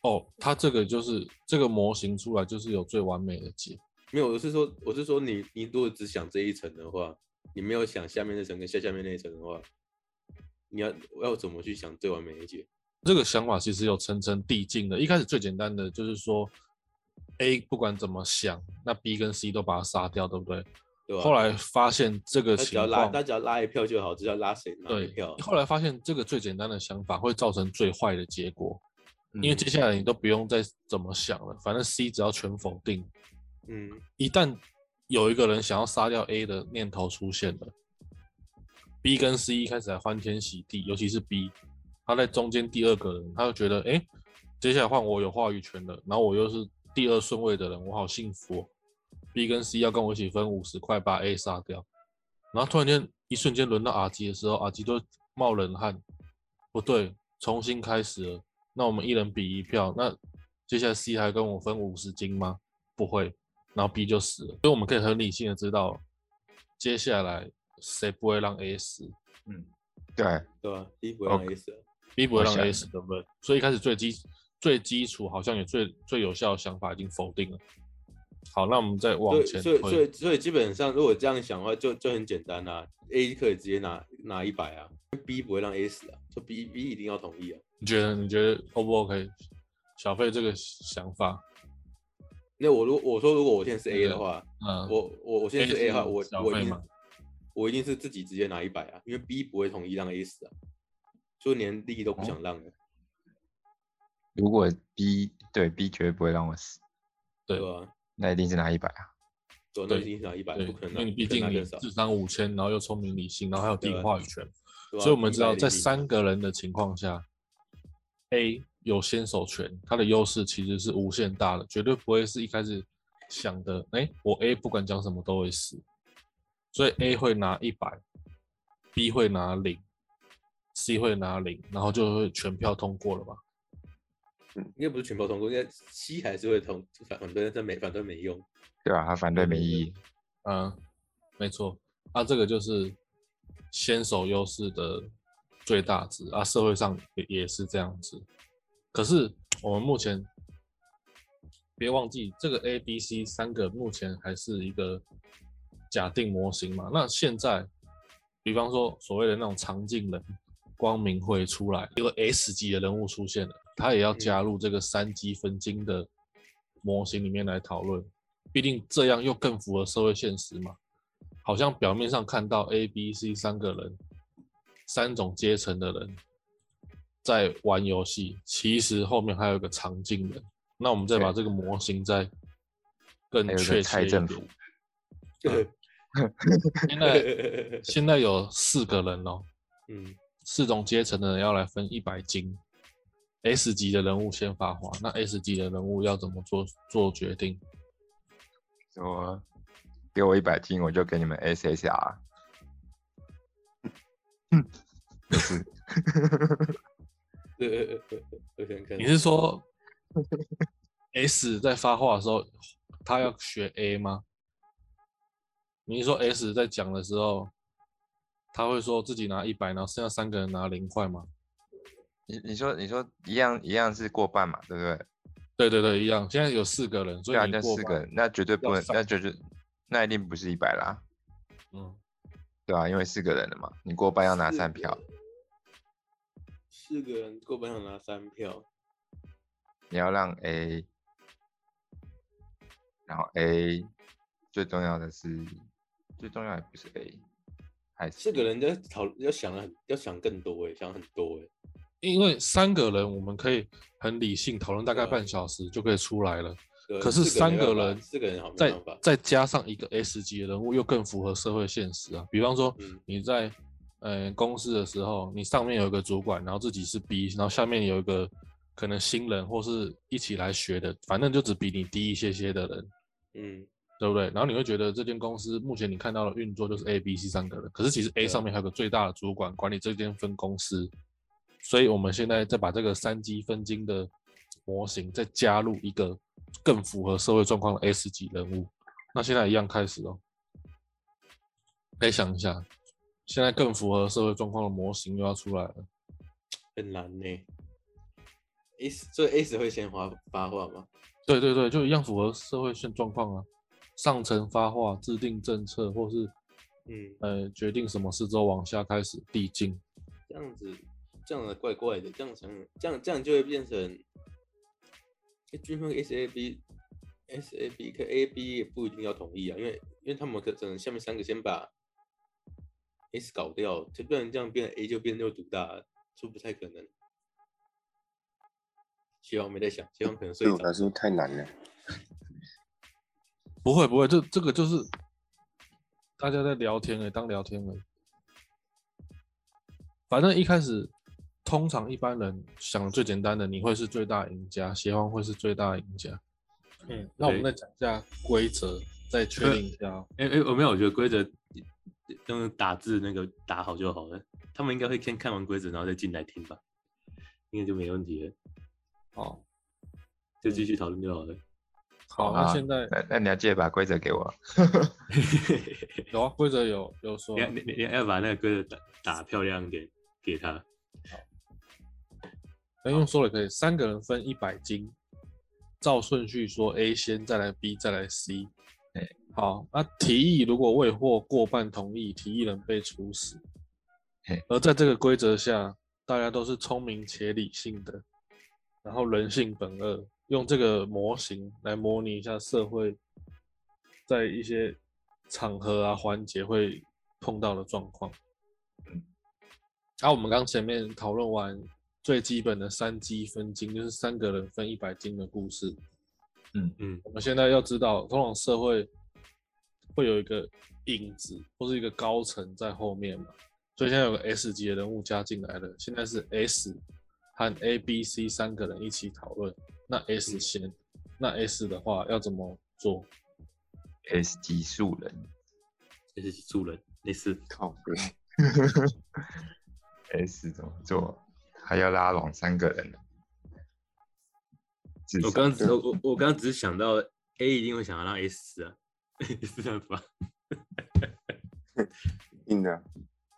[SPEAKER 1] 哦，他这个就是这个模型出来就是有最完美的解。
[SPEAKER 2] 没有，我是说我是说你你如果只想这一层的话，你没有想下面那层跟下下面那一层的话，你要要怎么去想最完美的解？
[SPEAKER 1] 这个想法其实有层层递进的。一开始最简单的就是说，A 不管怎么想，那 B 跟 C 都把它杀掉，对不对？
[SPEAKER 2] 对吧？
[SPEAKER 1] 后来发现这个
[SPEAKER 2] 他只
[SPEAKER 1] 情
[SPEAKER 2] 要拉
[SPEAKER 1] 况
[SPEAKER 2] 他，只要拉一票就好，只要拉谁拿
[SPEAKER 1] 对
[SPEAKER 2] 一票，。
[SPEAKER 1] 后来发现这个最简单的想法会造成最坏的结果，因为
[SPEAKER 3] 嗯
[SPEAKER 1] 接下来你都不用再怎么想了，反正 C 只要全否定，
[SPEAKER 2] 嗯，
[SPEAKER 1] 一旦有一个人想要杀掉 A 的念头出现了，B 跟 C 一开始还欢天喜地，尤其是 B，他在中间第二个人，他就觉得，哎、接下来换我有话语权了，然后我又是第二顺位的人，我好幸福、哦。B 跟 C 要跟我一起分五十块把 A 杀掉，然后突然间一瞬间轮到 R 级的时候，R 级都冒冷汗，不对，重新开始了。那我们一人比一票，那接下来 C 还跟我分五十斤吗？不会，然后 B 就死了。所以我们可以很理性的知道，接下来谁不会让 A 死
[SPEAKER 3] 嗯，对，
[SPEAKER 2] 对吧？第一不会
[SPEAKER 1] 哦
[SPEAKER 2] 让 A 死啊，
[SPEAKER 1] ，B 不会让
[SPEAKER 3] 我想
[SPEAKER 1] A 死，对不对？所以一开始最基最基础，好像也最最有效的想法已经否定了。好，那我们再往
[SPEAKER 2] 所以
[SPEAKER 1] 前
[SPEAKER 2] 所以所
[SPEAKER 1] 推，
[SPEAKER 2] 以所以基本上，如果这样想的话，就就很简单啦、A 可以直接拿拿一百啊，B 不会让 A 死啊，就 B B 一定要同意啊。
[SPEAKER 1] 你觉得你觉得 O 不 OK？小费这个想法，
[SPEAKER 2] 那我如果我说如果我现在是 A
[SPEAKER 1] 对
[SPEAKER 2] 的话，
[SPEAKER 1] 嗯，
[SPEAKER 2] 我我我现在是
[SPEAKER 1] A
[SPEAKER 2] A 的话，
[SPEAKER 1] 是
[SPEAKER 2] 我
[SPEAKER 1] 小
[SPEAKER 2] 我
[SPEAKER 1] 费
[SPEAKER 2] 一定
[SPEAKER 1] 嘛
[SPEAKER 2] 我一定是自己直接拿一百啊，因为 B 不会同意让 A 死啊，就连利益都不
[SPEAKER 3] 哦
[SPEAKER 2] 想让的，
[SPEAKER 3] 如果 B 对 B 绝对不会让我死，
[SPEAKER 1] 对
[SPEAKER 2] 对吧？
[SPEAKER 3] 那一定是拿一百啊。
[SPEAKER 2] 对，那
[SPEAKER 1] 对
[SPEAKER 2] 一定是拿一百，
[SPEAKER 1] 对，
[SPEAKER 2] 不可能
[SPEAKER 1] 因
[SPEAKER 2] 拿，
[SPEAKER 1] 为你
[SPEAKER 2] 不
[SPEAKER 1] 毕
[SPEAKER 2] 可能
[SPEAKER 1] 竟
[SPEAKER 2] 拿
[SPEAKER 1] 你
[SPEAKER 2] 更少，
[SPEAKER 1] 智商五千，然后又聪明理性，然后还有地理
[SPEAKER 2] 对啊
[SPEAKER 1] 话语权，
[SPEAKER 2] 对啊吧
[SPEAKER 1] 所以我们知道，
[SPEAKER 2] 100
[SPEAKER 1] 在
[SPEAKER 2] 利益
[SPEAKER 1] 三个人的情况下，A 有先手权，它的优势其实是无限大的，绝对不会是一开始想的，哎、我 A 不管讲什么都会死，所以 A 会拿一百，B 会拿零，C 会拿零，然后就会全票通过了吧？
[SPEAKER 2] 应该不是全票通过，应该 C 还是会通反反对，但没反对没用。
[SPEAKER 3] 对啊，他反对
[SPEAKER 2] 对
[SPEAKER 3] 没
[SPEAKER 2] 对
[SPEAKER 3] 意义。
[SPEAKER 1] 嗯，没错，啊，这个就是先手优势的最大值啊，社会上也也是这样子。可是我们目前别忘记，这个 A、B、C 三个目前还是一个假定模型嘛。那现在，比方说所谓的那种常进人、光明会出来，有个 S 级的人物出现了，他也要加入这个三级分金的模型里面来讨论。毕竟这样又更符合社会现实嘛。好像表面上看到 A、B、C 三个人，三种阶层的人在玩游戏，其实后面还有一个常进人。那我们再把这个模型再更
[SPEAKER 3] 还有一
[SPEAKER 1] 确切
[SPEAKER 3] 个蔡
[SPEAKER 1] 一
[SPEAKER 3] 政
[SPEAKER 1] 点。
[SPEAKER 3] 府，
[SPEAKER 1] 嗯现在现在有四个人哦，
[SPEAKER 2] 嗯，
[SPEAKER 1] 四种阶层的人要来分一百金，S 级的人物先发话，那 S 级的人物要怎么做做决定？
[SPEAKER 3] 说给我一百金，我就给你们 SSR。不是，
[SPEAKER 2] 对，我想看
[SPEAKER 1] 你是 说 S 在发话的时候，他要学 A 吗？你是说 S 在讲的时候，他会说自己拿一百，然后剩下三个人拿零块吗？
[SPEAKER 3] 你你说你说一样一样是过半嘛，对不对？
[SPEAKER 1] 对对对，一样。现在有四个人，所
[SPEAKER 3] 对啊，
[SPEAKER 1] 以你
[SPEAKER 3] 那
[SPEAKER 1] 过
[SPEAKER 3] 四
[SPEAKER 1] 半
[SPEAKER 3] 个那绝对不
[SPEAKER 1] 要
[SPEAKER 3] 能，
[SPEAKER 1] 上
[SPEAKER 3] 那绝对那一定不是一百啦，
[SPEAKER 1] 嗯，
[SPEAKER 3] 对啊，因为四个人了嘛，你过半要拿三票，，
[SPEAKER 2] 四个人够本想拿三票，
[SPEAKER 3] 你要让 A，然后 A 最重要的是最重要也不是 A，还是
[SPEAKER 2] 四个人要讨要想得很要想更多哎，想很多哎，
[SPEAKER 1] 因为三个人我们可以很理性讨论大概
[SPEAKER 2] 对啊
[SPEAKER 1] 半小时就可以出来了，
[SPEAKER 2] 对
[SPEAKER 1] 可是
[SPEAKER 2] 四没
[SPEAKER 1] 三个
[SPEAKER 2] 办法
[SPEAKER 1] 人
[SPEAKER 2] 四个人好没
[SPEAKER 1] 再
[SPEAKER 2] 办法，
[SPEAKER 1] 再加上一个 S 级的人物，又更符合社会现实啊。比方说
[SPEAKER 2] 嗯
[SPEAKER 1] 你在呃公司的时候，你上面有一个主管，然后自己是 B，然后下面有一个可能新人或是一起来学的，反正就只比你低一些些的人，
[SPEAKER 2] 嗯，
[SPEAKER 1] 对不对？然后你会觉得这间公司目前你看到的运作就是 A、B、C 三个人，可是其实 A
[SPEAKER 2] 对
[SPEAKER 1] 上面还有个最大的主管管理这间分公司，所以我们现在再把这个三级分金的模型再加入一个更符合社会状况的 S 级人物。那现在一样开始哦，可以想一下，现在更符合社会状况的模型又要出来了。
[SPEAKER 2] 很难呢。S 所以 S 会先发发话吗？
[SPEAKER 1] 对对对，就一样符合社会现状况啊，上层发话、制定政策或是
[SPEAKER 2] 嗯，
[SPEAKER 1] 呃决定什么事之后往下开始递进。
[SPEAKER 2] 这样子这样的怪怪的，这样想这样这样就会变成，哎，均分 S A B S A B 可 A B 也不一定要同意啊，因为因为他们可只能下面三个先把 S 搞掉，就不然这样变 A 就变六独大了，这不太可能。希望没在想，希望可能睡
[SPEAKER 4] 对
[SPEAKER 2] 着
[SPEAKER 4] 我。来说太难了。
[SPEAKER 1] 不会不会，这这个就是大家在聊天哎，当聊天哎。反正一开始，通常一般人想的最简单的，你会是最大赢家，协方会是最大赢家。嗯，那我们再讲一下规则，再确定一下哦。
[SPEAKER 2] 哎、哎、我没有，我觉得规则用打字那个打好就好了。他们应该会先看完规则，然后再进来听吧，应该就没问题了，
[SPEAKER 1] 好，嗯
[SPEAKER 2] 就继续讨论就好了。
[SPEAKER 1] 好，
[SPEAKER 3] 啊
[SPEAKER 1] 那现在
[SPEAKER 3] 那那你要记得把规则给我，
[SPEAKER 1] 有啊，规则有有说
[SPEAKER 2] 你
[SPEAKER 1] 啊
[SPEAKER 2] 要，你你你要把那个规则打打漂亮一点给他。
[SPEAKER 1] 能用说了也可以，三个人分一百斤，照顺序说 A 先，再来 B，再来 C。
[SPEAKER 3] 对
[SPEAKER 1] 好，那提议如果未获过半同意，提议人被处死
[SPEAKER 3] 嘿。
[SPEAKER 1] 而在这个规则下，大家都是聪明且理性的，然后人性本恶，用这个模型来模拟一下社会在一些场合啊环节会碰到的状况。
[SPEAKER 3] 嗯
[SPEAKER 1] 那、我们刚前面讨论完最基本的三基分金，就是三个人分一百金的故事。
[SPEAKER 2] 嗯
[SPEAKER 1] 我们现在要知道，通常社会会有一个影子或是一个高层在后面嘛，所以现在有个 S 级的人物加进来了，现在是 S 和 A、B、C 三个人一起讨论，那 S
[SPEAKER 2] 嗯
[SPEAKER 1] 先，那 S 的话要怎么做？
[SPEAKER 3] S 级素人
[SPEAKER 2] 这是素人，类似
[SPEAKER 4] 靠背，
[SPEAKER 3] ，S 怎么做？还要拉拢三个人，至
[SPEAKER 2] 我
[SPEAKER 3] 少
[SPEAKER 2] 刚只我我我刚刚只是想到 A 一定会想要让 S 死啊， 是办法。
[SPEAKER 4] 硬的啊，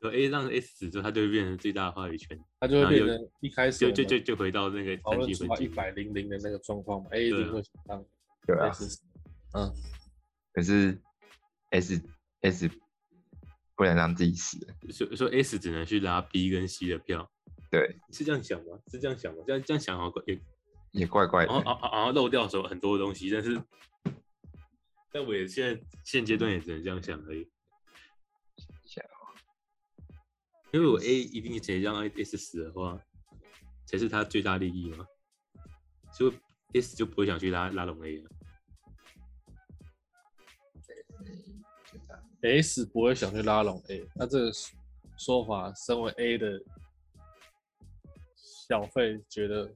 [SPEAKER 2] 说 A 让 S 死之后，他就会变成最大的话语权，
[SPEAKER 1] 它就会
[SPEAKER 2] 啊
[SPEAKER 1] 变
[SPEAKER 2] 有
[SPEAKER 1] 成一开始
[SPEAKER 2] 就
[SPEAKER 1] 我
[SPEAKER 2] 就
[SPEAKER 1] 们
[SPEAKER 2] 就就回到那个
[SPEAKER 1] 讨
[SPEAKER 2] 三
[SPEAKER 1] 论
[SPEAKER 2] 级
[SPEAKER 1] 出
[SPEAKER 2] 分
[SPEAKER 1] 来
[SPEAKER 2] 级
[SPEAKER 1] 一。百零零的那个状况嘛，A 一
[SPEAKER 2] 对啊
[SPEAKER 1] 定会想让
[SPEAKER 3] 对啊，
[SPEAKER 1] S 嗯，
[SPEAKER 3] 可是 S S 不能让自己死，
[SPEAKER 2] 所所以 S 只能去拉 B 跟 C 的票，
[SPEAKER 3] 对，
[SPEAKER 2] 是这样想吗？是这样想吗？这样这样想好像也，
[SPEAKER 3] 也怪怪
[SPEAKER 2] 然后
[SPEAKER 1] 哦
[SPEAKER 3] 的。
[SPEAKER 2] 然后然后漏掉什么很多东西，但是，但我也现在现阶段也只能这样想而已
[SPEAKER 3] 想。
[SPEAKER 2] 因为我 A 一定得让 S 死的话，才是他最大利益嘛，所以 S 就不会想去拉拉拢 A 了。
[SPEAKER 1] S 不会想去拉拢 A，那这个说法，身为 A 的小费觉得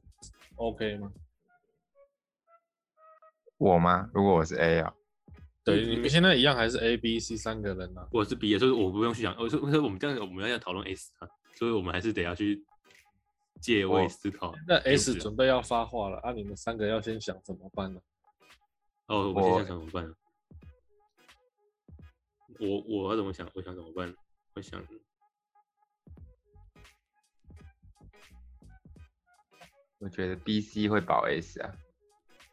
[SPEAKER 1] OK 吗？
[SPEAKER 3] 我吗？如果我是 A 啊、
[SPEAKER 1] 对，你们现在一样还是 A、B、C 三个人啊？
[SPEAKER 2] 我是 B 的，所以我不用去想，我说我说我们这样我们要要讨论 S 啊，所以我们还是得要去借位
[SPEAKER 3] 哦
[SPEAKER 2] 思考。
[SPEAKER 1] 那
[SPEAKER 2] 对不
[SPEAKER 1] S
[SPEAKER 2] 对
[SPEAKER 1] 准备要发话了，啊，你们三个要先想怎么办呢、
[SPEAKER 2] 哦，我现在
[SPEAKER 3] 我
[SPEAKER 2] 想怎么办啊？我我要怎么想？我想怎么办？我想，
[SPEAKER 3] 我觉得 B、C 会保 S 啊。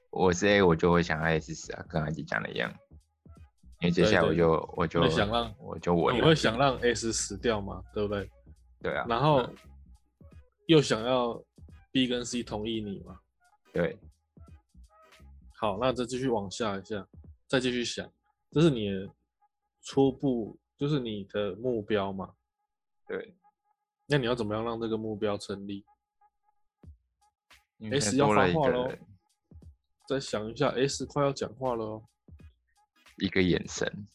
[SPEAKER 3] 我是 A，我就会想要 S 啊，跟阿吉讲的一样。因为接下来我
[SPEAKER 1] 对对
[SPEAKER 3] 就我就
[SPEAKER 1] 会想让
[SPEAKER 3] 我就我
[SPEAKER 1] 你会想让 S 死掉嘛？对不对？
[SPEAKER 3] 对啊，
[SPEAKER 1] 然后又想要 B 跟 C 同意你嘛？
[SPEAKER 3] 对
[SPEAKER 1] 好，那再继续往下一下，再继续想，这是你的初步，就是你的目标嘛？
[SPEAKER 3] 对
[SPEAKER 1] 那你要怎么样让这个目标成立？
[SPEAKER 3] 因为
[SPEAKER 1] S
[SPEAKER 3] 现在
[SPEAKER 1] 要
[SPEAKER 3] 多
[SPEAKER 1] 发
[SPEAKER 3] 了一
[SPEAKER 1] 话
[SPEAKER 3] 个
[SPEAKER 1] 咯
[SPEAKER 3] 人
[SPEAKER 1] 再想一下，S 快要讲话了哦。
[SPEAKER 3] 一个眼神，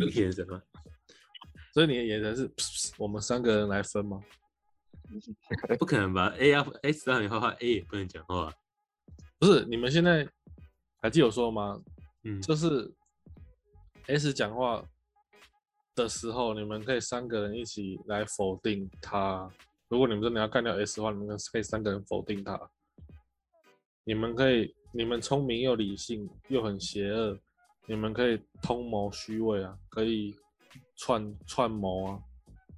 [SPEAKER 2] 有眼神吗？
[SPEAKER 1] 所以你的眼神是，噗我们三个人来分吗？
[SPEAKER 2] 不可能吧？A 要 S 让你画画，A 也不能讲话啊。
[SPEAKER 1] 不是，你们现在还记得我说吗？
[SPEAKER 2] 嗯，
[SPEAKER 1] 就是 S 讲话的时候，你们可以三个人一起来否定他。如果你们真的要干掉 S 的话，你们可以三个人否定他。你们可以，你们聪明又理性又很邪恶，你们可以通谋虚伪啊，可以串串谋啊，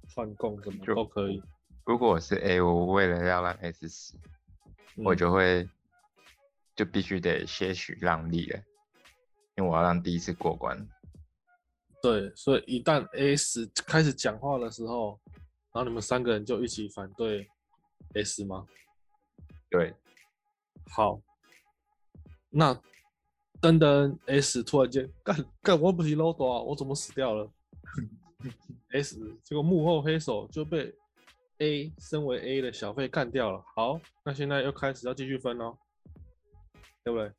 [SPEAKER 1] 串供什么
[SPEAKER 3] 就
[SPEAKER 1] 都可以。
[SPEAKER 3] 如果我是 A，我为了要让 S 死，我
[SPEAKER 1] 嗯
[SPEAKER 3] 就会就必须得些许让利了，因为我要让第一次过关。
[SPEAKER 1] 对，所以一旦 S 开始讲话的时候，然后你们三个人就一起反对 S 吗？
[SPEAKER 3] 对，
[SPEAKER 1] 好，那噔噔 S 突然间干干我不是 low 啊，我怎么死掉了？S 结果幕后黑手就被 A 身为 A 的小费干掉了。好，那现在又开始要继续分哦，对不对？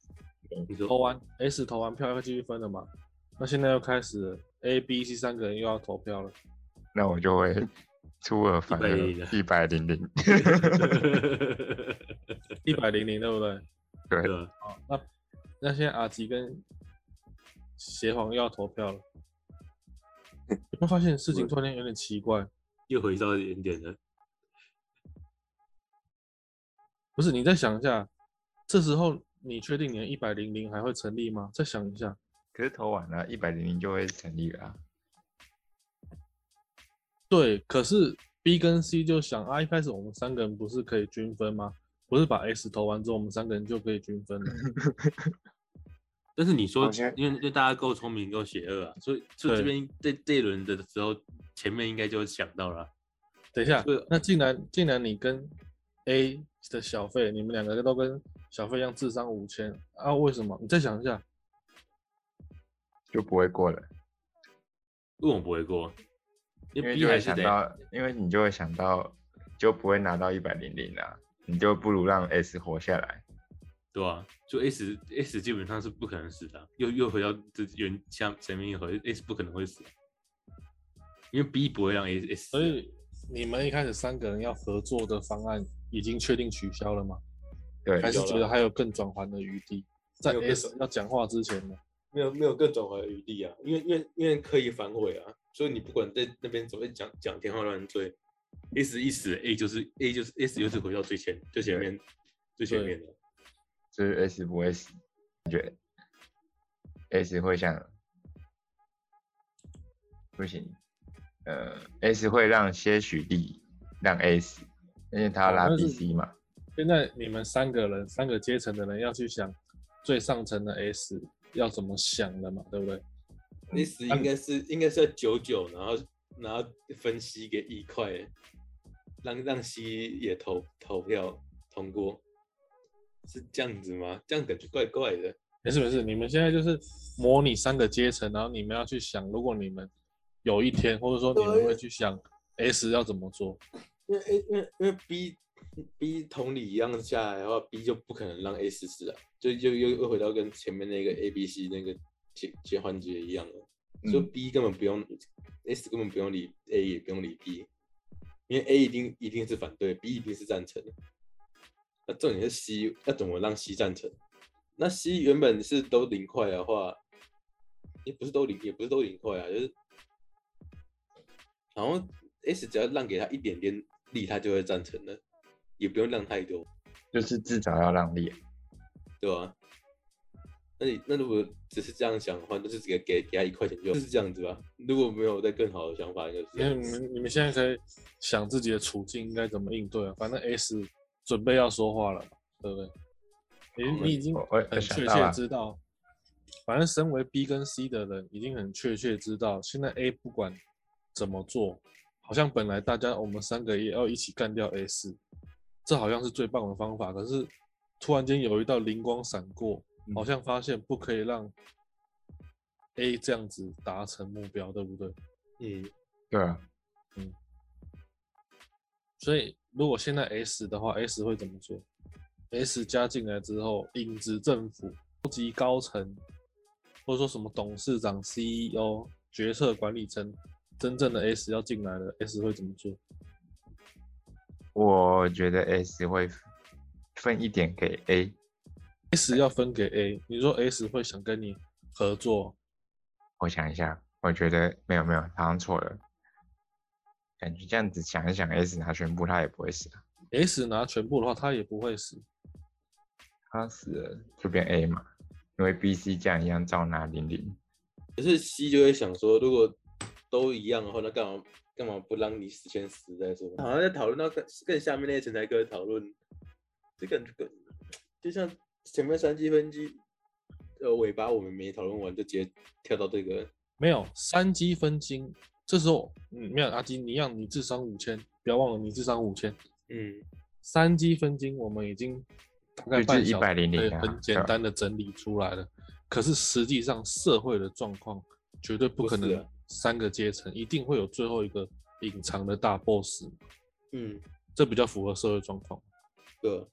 [SPEAKER 2] 你
[SPEAKER 1] 投
[SPEAKER 3] 哦
[SPEAKER 2] 说
[SPEAKER 1] 完 S 投完票要继续分了嘛？那现在又开始了 A、B、C 三个人又要投票了。
[SPEAKER 3] 那我就会 出尔反尔
[SPEAKER 2] 100，
[SPEAKER 3] 一百零零。
[SPEAKER 1] 一百零零，对不对？
[SPEAKER 2] 对吧？
[SPEAKER 1] 那那现在阿吉跟邪皇又要投票了，有没有发现事情突然间有点奇怪？
[SPEAKER 2] 又回到原点了。
[SPEAKER 1] 不是，你再想一下，这时候你确定你的一百零零还会成立吗？再想一下，
[SPEAKER 3] 可是投完了，一百零零就会成立了、啊。
[SPEAKER 1] 对，可是 B 跟 C 就想啊，一开始我们三个人不是可以均分吗？不是把 S 投完之后，我们三个人就可以均分了？
[SPEAKER 2] 但是你说
[SPEAKER 4] 好像，
[SPEAKER 2] 因为因为大家够聪明够邪恶啊，所以所以这
[SPEAKER 1] 对
[SPEAKER 2] 边这这一轮的时候，前面应该就想到了啊。
[SPEAKER 1] 等一下
[SPEAKER 2] 是，
[SPEAKER 1] 那既然既然你跟 A 的小费，你们两个都跟小费一样，智商五千啊？为什么？你再想一下，
[SPEAKER 3] 就不会过了，
[SPEAKER 2] 为什么不会过？因
[SPEAKER 3] 因
[SPEAKER 2] 为
[SPEAKER 3] 为
[SPEAKER 2] B
[SPEAKER 3] 就
[SPEAKER 2] 还
[SPEAKER 3] 会
[SPEAKER 2] 是
[SPEAKER 3] 想
[SPEAKER 2] 得
[SPEAKER 3] 到，因为你就会想到，就不会拿到一百零零啦，你就不如让 S 活下来。
[SPEAKER 2] 对啊，就 S S 基本上是不可能死的啊、又又回到这原像前面一回 S 不可能会死，因为 B 不会让 S S 死
[SPEAKER 1] 所
[SPEAKER 2] 啊。
[SPEAKER 1] 以你们一开始三个人要合作的方案已经确定取消了吗？
[SPEAKER 3] 对，
[SPEAKER 1] 还是
[SPEAKER 2] 有了
[SPEAKER 1] 觉得还有更转圜的余地？在
[SPEAKER 2] 没有更
[SPEAKER 1] S 要讲话之前呢？
[SPEAKER 2] 没有没有更转圜的余地啊，因为因为因为可以反悔啊，所以你不管在那边怎么讲讲天花乱坠，S 一死 A 就是 A 就是 S 又是回到最前最前面最前面的，
[SPEAKER 3] 就是 S 不会死，感觉 S 会想，不行，呃，S 会让些许力让 A 死，因为他要
[SPEAKER 1] 哦
[SPEAKER 3] 拉
[SPEAKER 1] 但是
[SPEAKER 3] B C 嘛，
[SPEAKER 1] 现在你们三个人，三个阶层的人要去想最上层的 S 要怎么想的嘛，对不对？
[SPEAKER 2] 那时应该是应该是要九九，然后然后分析给一块，让让西也投投票通过，是这样子吗？这样感觉怪怪的。
[SPEAKER 1] 没事没事，你们现在就是模拟三个阶层，然后你们要去想，如果你们有一天，或者说你们会去想 S 要怎么做，
[SPEAKER 2] 因为 A 因为因为 B B 同理一样下来的话，B 就不可能让 A 死死啊，就又又又回到跟前面那个 A B C 那个结结环节一样了，所以
[SPEAKER 3] 嗯
[SPEAKER 2] B 根本不用 S 根本不用理 A，也不用理 B，因为 A 一定一定是反对，B 一定是赞成的。那重点是 C 要怎么让 C 赞成？那 C 原本是都零块的话，也不是都零，也不是都零块啊，就是，然后 S 只要让给他一点点力，他就会赞成的，也不用让太多。
[SPEAKER 3] 就是至少要让啊利。
[SPEAKER 2] 对吧、那你那如果只是这样想的话，那就只给给给他一块钱就好，就是这样子吧。如果没有再更好的想法，应
[SPEAKER 1] 因
[SPEAKER 2] 该
[SPEAKER 1] 为
[SPEAKER 2] 是
[SPEAKER 1] 你们你们现在可以想自己的处境应该怎么应对啊。反正 S 准备要说话了，对不对？你你已经
[SPEAKER 3] 我我
[SPEAKER 1] 很
[SPEAKER 3] 我
[SPEAKER 1] 确
[SPEAKER 3] 想到啊
[SPEAKER 1] 切
[SPEAKER 3] 了，
[SPEAKER 1] 知道，反正身为 B 跟 C 的人已经很确切知道，现在 A 不管怎么做，好像本来大家我们三个也要一起干掉 S，这好像是最棒的方法。可是突然间有一道灵光闪过，
[SPEAKER 3] 嗯
[SPEAKER 1] 好像发现不可以让 A 这样子达成目标，对不对？
[SPEAKER 2] 嗯，
[SPEAKER 3] 对啊，
[SPEAKER 1] 所以如果现在 S 的话，S 会怎么做？S 加进来之后，影子政府、高级高层，或者说什么董事长、CEO、决策管理层，真正的 S 要进来了，S 会怎么做？
[SPEAKER 3] 我觉得 S 会分一点给 A，
[SPEAKER 1] S 要分给 A，你说 S 会想跟你合作，
[SPEAKER 3] 我想一下，我觉得没有没有，好像错了。感觉这样子想一想，S 拿全部他也不会死啊，
[SPEAKER 1] S 拿全部的话，他也不会死。
[SPEAKER 3] 他死了就变 A 嘛，因为 B、C 这样一样照拿零零。
[SPEAKER 2] 可是 C 就会想说，如果都一样的话，那干嘛干嘛不让你死先死再说？好像在讨论到更更下面那一层才可以讨论，这个更就像前面三积分机呃尾巴我们没讨论完，就直接跳到这个，
[SPEAKER 1] 没有三积分金，这时候嗯，没有阿基，你让你智商五千，不要忘了你智商五千。
[SPEAKER 2] 嗯，
[SPEAKER 1] 三积分金我们已经大概
[SPEAKER 3] 就是
[SPEAKER 1] 半小时
[SPEAKER 3] 100
[SPEAKER 1] 对
[SPEAKER 3] 啊
[SPEAKER 1] 很简单的整理出来了。可是实际上社会的状况绝对不可
[SPEAKER 2] 不
[SPEAKER 1] 能
[SPEAKER 2] 是
[SPEAKER 1] 三个阶层，一定会有最后一个隐藏的大 boss，
[SPEAKER 2] 嗯，
[SPEAKER 1] 这比较符合社会状况。
[SPEAKER 2] 对，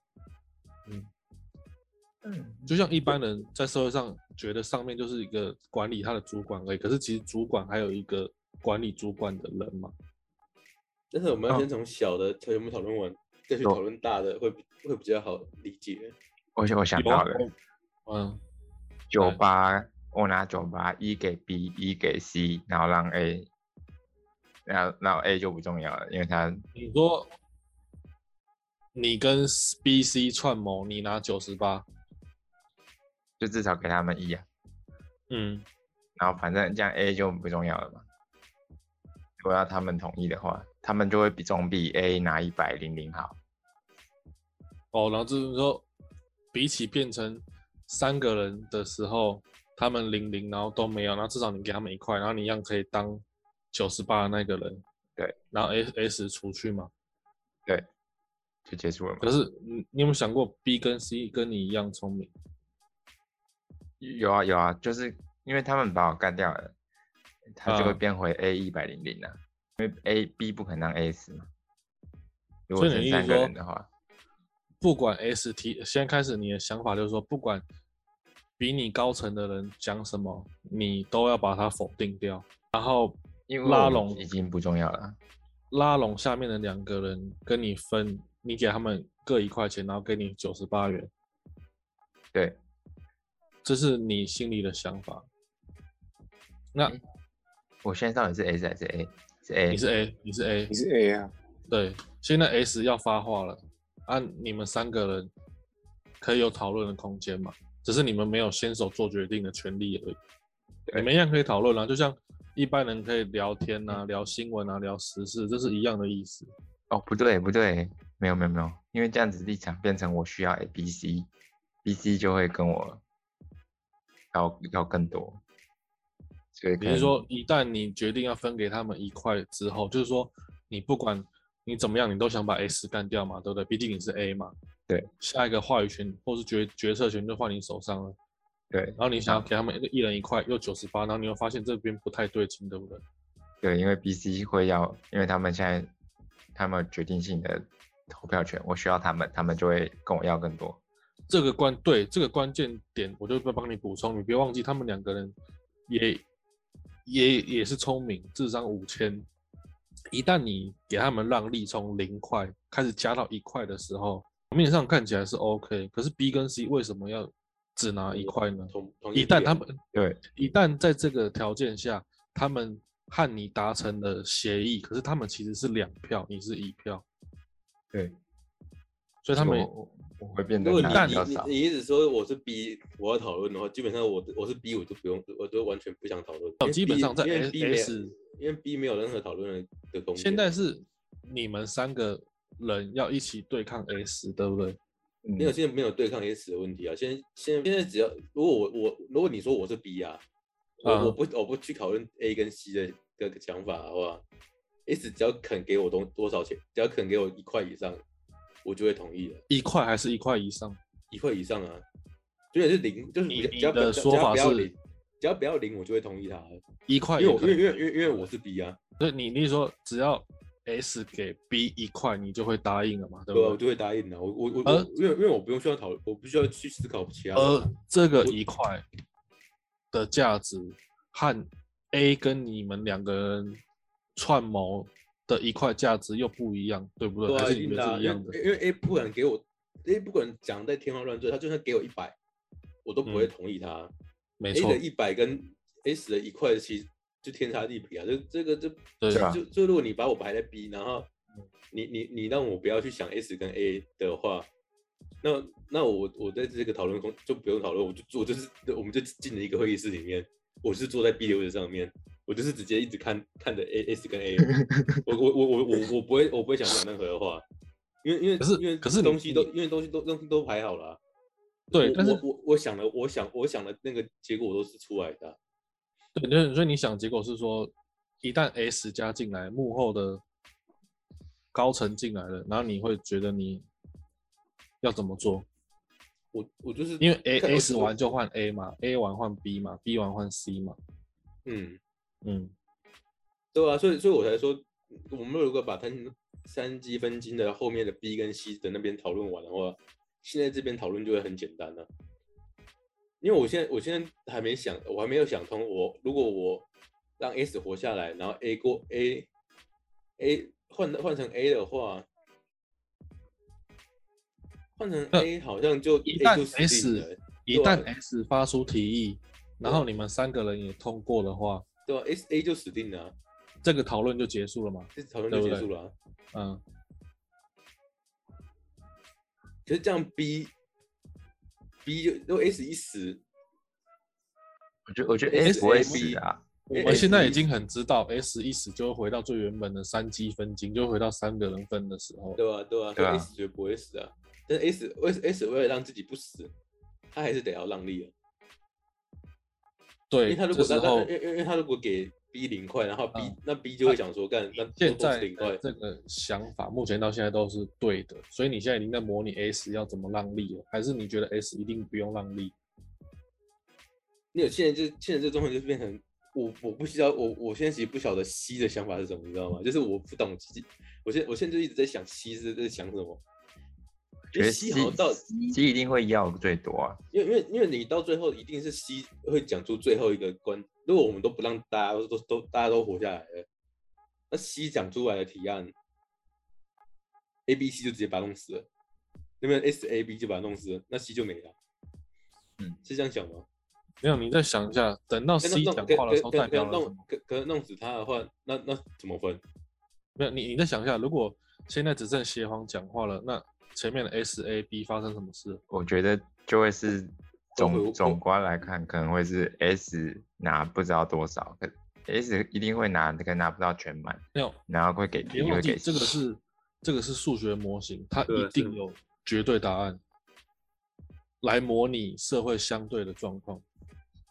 [SPEAKER 3] 嗯，
[SPEAKER 1] 就像一般人在社会上觉得上面就是一个管理他的主管而已，可是其实主管还有一个管理主管的人嘛。
[SPEAKER 2] 但是我们要
[SPEAKER 3] 哦
[SPEAKER 2] 先从小的全部讨论完，再去
[SPEAKER 1] 哦
[SPEAKER 3] 有
[SPEAKER 2] 讨论大的，会比会比较好理解。
[SPEAKER 3] 我想我想
[SPEAKER 1] 有啊
[SPEAKER 3] 到了，
[SPEAKER 1] 嗯，
[SPEAKER 3] 九八，我拿九八一给 B，一给 C，然后让 A，然后然后 A 就不重要了，因为他
[SPEAKER 1] 你说你跟 B、C 串谋，你拿九十八，
[SPEAKER 3] 就至少给他们一啊，
[SPEAKER 1] 嗯，
[SPEAKER 3] 然后反正这样 A 就不重要了嘛。如果要他们同意的话，他们就会比总比 A 拿一百零零好。
[SPEAKER 1] 哦，然后就是说，比起变成三个人的时候，他们零零，然后都没有，然后至少你给他们一块，然后你一样可以当九十八那个人，
[SPEAKER 3] 对，
[SPEAKER 1] 然后 S S 除去嘛。
[SPEAKER 3] 就结束了嘛
[SPEAKER 1] 可。是你你有没有想过，B 跟 C 跟你一样聪明？
[SPEAKER 3] 有啊有啊，就是因为他们把我干掉了，他就会
[SPEAKER 1] 嗯
[SPEAKER 3] 变回 A 一百零零了，因为 A B 不肯当 A 死嘛。如
[SPEAKER 1] 所
[SPEAKER 3] 果
[SPEAKER 1] 以你
[SPEAKER 3] 剩
[SPEAKER 1] 意思
[SPEAKER 3] 三个
[SPEAKER 1] 说
[SPEAKER 3] 人的话，，
[SPEAKER 1] 不管 S T，现在开始你的想法就是说，不管比你高层的人讲什么，你都要把它否定掉，然后
[SPEAKER 3] 因为
[SPEAKER 1] 拉
[SPEAKER 3] 我
[SPEAKER 1] 拢
[SPEAKER 3] 已经不重要了，
[SPEAKER 1] 拉拢下面的两个人跟你分，你给他们各一块钱，然后给你九十八元，
[SPEAKER 3] 对，
[SPEAKER 1] 这是你心里的想法。那
[SPEAKER 3] 我现在到底是 S 还是 A？是 A，
[SPEAKER 1] 你是 A，你是 A，
[SPEAKER 4] 你是 A 啊，
[SPEAKER 1] 对，现在 S 要发话了，按、你们三个人可以有讨论的空间嘛？只是你们没有先手做决定的权利而已。
[SPEAKER 3] 对
[SPEAKER 1] 你们一样可以讨论啊，就像一般人可以聊天啊、聊新闻啊、聊时事，这是一样的意思。
[SPEAKER 3] 哦，不对不对，没有没有没有，因为这样子立场变成我需要 A B C，B C 就会跟我要要更多，所以
[SPEAKER 1] 也就
[SPEAKER 3] 可
[SPEAKER 1] 是
[SPEAKER 3] 能
[SPEAKER 1] 说，一旦你决定要分给他们一块之后，就是说你不管你怎么样，你都想把 S 干掉嘛，对不对？毕竟你是 A 嘛。
[SPEAKER 3] 对。
[SPEAKER 1] 下一个话语权或是决决策权就换你手上了，
[SPEAKER 3] 对
[SPEAKER 1] 然后你想要给他们一人一块，又九十八，然后你又发现这边不太对劲，对不对？
[SPEAKER 3] 对，因为 B C 会要，因为他们现在他们有决定性的投票权，我需要他们，他们就会跟我要更多。
[SPEAKER 1] 这个关对这个关键点，我就会帮你补充，你别忘记他们两个人也也也是聪明，智商五千。一旦你给他们让利从零块开始加到一块的时候，表面上看起来是 OK，可是 B 跟 C 为什么要只拿一块呢？
[SPEAKER 2] 同同意
[SPEAKER 1] 一旦
[SPEAKER 2] 不
[SPEAKER 1] 他
[SPEAKER 2] 了
[SPEAKER 1] 们
[SPEAKER 3] 对，
[SPEAKER 1] 一旦在这个条件下，他们和你达成了协议，可是他们其实是两票，你是一票，
[SPEAKER 3] 对，
[SPEAKER 1] 所以他们
[SPEAKER 3] 我我会变得
[SPEAKER 2] 如果
[SPEAKER 1] 那
[SPEAKER 2] 你
[SPEAKER 1] 那
[SPEAKER 3] 拿比
[SPEAKER 1] 你
[SPEAKER 2] 你
[SPEAKER 3] 较少
[SPEAKER 2] 你。你一直说我是 B，我要讨论的话，基本上我我是 B，我就不用，我就完全不想讨论。因为
[SPEAKER 1] 基本
[SPEAKER 2] B-
[SPEAKER 1] 上在
[SPEAKER 2] 因为
[SPEAKER 1] S-
[SPEAKER 2] B 没有
[SPEAKER 1] S
[SPEAKER 2] 因为 B 没有任何讨论的空间。
[SPEAKER 1] 现在是你们三个人要一起对抗 S，对不对？
[SPEAKER 3] 嗯
[SPEAKER 2] 没有，现在没有对抗 S 的问题啊。现在现在现在只要如果我我如果你说我是 B 啊，我、
[SPEAKER 1] 啊
[SPEAKER 2] 我不我不去讨论 A 跟 C 的这个想法的话，S 只要肯给我多多少钱，只要肯给我一块以上，我就会同意了。
[SPEAKER 1] 一块还是一块以上？
[SPEAKER 2] 一块以上啊，就是是零，就是
[SPEAKER 1] 你
[SPEAKER 2] 只
[SPEAKER 1] 你
[SPEAKER 2] 只要不
[SPEAKER 1] 的
[SPEAKER 2] 只要
[SPEAKER 1] 说
[SPEAKER 2] 只要
[SPEAKER 1] 法
[SPEAKER 2] 不要
[SPEAKER 1] 是
[SPEAKER 2] 零，只要不要零，我就会同意他了。
[SPEAKER 1] 一块
[SPEAKER 2] 因
[SPEAKER 1] 也
[SPEAKER 2] 为我因
[SPEAKER 1] 可以，
[SPEAKER 2] 为因为因为因为我是 B 啊，
[SPEAKER 1] 所以你你说只要 S 给 B 一块，你就会答应了嘛，对
[SPEAKER 2] 对啊，我
[SPEAKER 1] 不对？
[SPEAKER 2] 就会答应的。我我我
[SPEAKER 1] 嗯呃
[SPEAKER 2] 我，因为因为我不用需要讨论，我不需要去思考其他的啊。
[SPEAKER 1] 而这个一块的价值和 A 跟你们两个人串谋的一块价值又不一样，对不对？
[SPEAKER 2] 对啊，
[SPEAKER 1] 还
[SPEAKER 2] 一
[SPEAKER 1] 是你
[SPEAKER 2] 定
[SPEAKER 1] 觉
[SPEAKER 2] 的
[SPEAKER 1] 得
[SPEAKER 2] 啊，
[SPEAKER 1] 是一
[SPEAKER 2] 因
[SPEAKER 1] 样的
[SPEAKER 2] 为？因为 A 不管给我，A 不管讲再天花乱坠，他就算给我一百，我都不会
[SPEAKER 1] 嗯
[SPEAKER 2] 同意他。
[SPEAKER 1] 没
[SPEAKER 2] A
[SPEAKER 1] 错
[SPEAKER 2] 的，一百跟 S 的一块其实就天差地别啊，这这个这
[SPEAKER 1] 对
[SPEAKER 3] 是啊
[SPEAKER 2] 就就如果你把我排在 B，然后你你你让我不要去想 S 跟 A 的话，那那我我在这个讨论中就不用讨论，我就我就是我们就进了一个会议室里面，我是坐在 B 的位置上面，我就是直接一直看看着 A S 跟 A，我我我我我我不会我不会想讲任何的话，因为因为
[SPEAKER 1] 可是
[SPEAKER 2] 因为
[SPEAKER 1] 可是你
[SPEAKER 2] 东西都
[SPEAKER 1] 你
[SPEAKER 2] 因为东西都东西都排好了啊、
[SPEAKER 1] 对
[SPEAKER 2] 我
[SPEAKER 1] 但是
[SPEAKER 2] 我我我想的，我想我想的那个结果都是出来的啊、
[SPEAKER 1] 对，就是所以你想，结果是说，一旦 S 加进来，幕后的高层进来了，然后你会觉得你要怎么做？
[SPEAKER 2] 我我就是
[SPEAKER 1] 因为 A
[SPEAKER 2] 看我
[SPEAKER 1] S
[SPEAKER 2] 我
[SPEAKER 1] 完就换 A 嘛，A 完换 B 嘛，B 完换 C 嘛，
[SPEAKER 2] 嗯，
[SPEAKER 1] 嗯，
[SPEAKER 2] 对啊，所以所以我才说，我们如果把它三积分金的后面的 B 跟 C 的那边讨论完的话，现在这边讨论就会很简单了、因为我现在我现在还没想，我还没有想通我，如果我让 S 活下来，然后 A 过 A A 换换成 A 的话，换成
[SPEAKER 1] 那
[SPEAKER 2] A 好像就
[SPEAKER 1] 呃一
[SPEAKER 2] A
[SPEAKER 1] 旦
[SPEAKER 2] 就死定
[SPEAKER 1] S
[SPEAKER 2] 了欸
[SPEAKER 1] 一旦
[SPEAKER 2] 对啊
[SPEAKER 1] S 发出提议，然后你们三个人也通过的话，
[SPEAKER 2] 对吧、s A 就死定了啊、
[SPEAKER 1] 这个讨论就结束了嘛？
[SPEAKER 2] 这讨论就
[SPEAKER 1] 对不
[SPEAKER 2] 结
[SPEAKER 1] 对
[SPEAKER 2] 束了啊、
[SPEAKER 1] 嗯，
[SPEAKER 2] 可是这样 B B 就如果 S 一死，
[SPEAKER 3] 我觉得我觉得
[SPEAKER 2] A
[SPEAKER 3] A
[SPEAKER 2] 是
[SPEAKER 3] 不会
[SPEAKER 2] A
[SPEAKER 3] 死啊，
[SPEAKER 1] 我
[SPEAKER 2] 因为
[SPEAKER 1] 们
[SPEAKER 2] S
[SPEAKER 1] 现在
[SPEAKER 2] 一
[SPEAKER 1] 已经很知道 S 一死就会回到最原本的三积分金，就会回到三个人分的时候。
[SPEAKER 2] 对吧、对吧、
[SPEAKER 3] 对啊
[SPEAKER 2] S 绝不会死啊。但是 S S S 为了让自己不死，他还是得要让利啊。因
[SPEAKER 1] 对，
[SPEAKER 2] 为他如
[SPEAKER 1] 这
[SPEAKER 2] 果
[SPEAKER 1] 时
[SPEAKER 2] 他他
[SPEAKER 1] 候
[SPEAKER 2] 因为因为他如果给 B 零块，然后 B、
[SPEAKER 1] 嗯
[SPEAKER 2] 那 B 就会想说干，那
[SPEAKER 1] 现在
[SPEAKER 2] 零块
[SPEAKER 1] 的，这个想法，目前到现在都是对的，所以你现在已经在模拟 S 要怎么让利了，还是你觉得 S 一定不用让利？
[SPEAKER 2] 你有现在这现在这状况就变成我我不知道我我现在其实不晓得 C 的想法是什么，你知道吗？就是我不懂自己，我现在我现在就一直在想 C 是在想什么。因为
[SPEAKER 3] 觉得
[SPEAKER 2] C 好像到
[SPEAKER 3] C 一定会要最多啊。
[SPEAKER 2] 因为因为因为你到最后一定是 C 会讲出最后一个关，如果我们都不让大家都都都大家都活下来了，那 C 讲出来的提案，A、B、C 就直接把它弄死了，那边 S、A、B 就把它弄死了，那 C 就没了。
[SPEAKER 3] 嗯，
[SPEAKER 2] 是这样想吗？
[SPEAKER 1] 没有，你再想一下，等到
[SPEAKER 2] 哎那
[SPEAKER 1] C
[SPEAKER 2] 弄
[SPEAKER 1] 讲
[SPEAKER 2] 可
[SPEAKER 1] 话的时
[SPEAKER 2] 可
[SPEAKER 1] 候
[SPEAKER 2] 可
[SPEAKER 1] 代表
[SPEAKER 2] 可
[SPEAKER 1] 了什么
[SPEAKER 2] 弄？可可弄死他的话，那那怎么分？
[SPEAKER 1] 没有，你你再想一下，如果现在只剩邪皇讲话了，那前面的 S、A、B 发生什么事？
[SPEAKER 3] 我觉得就会是
[SPEAKER 2] 会
[SPEAKER 3] 总
[SPEAKER 2] 我
[SPEAKER 3] 总观来看，可能会是 S 拿不知道多少，可 S 一定会拿，可能拿不到全满，
[SPEAKER 1] 没有，
[SPEAKER 3] 然后会给
[SPEAKER 1] 别
[SPEAKER 3] D，
[SPEAKER 1] 忘
[SPEAKER 3] 会
[SPEAKER 1] 记
[SPEAKER 3] 给
[SPEAKER 1] 这个
[SPEAKER 3] C
[SPEAKER 1] 是这个是数学模型，它
[SPEAKER 2] 对啊
[SPEAKER 1] 一定
[SPEAKER 2] 是
[SPEAKER 1] 有绝对答案来模拟社会相对的状况，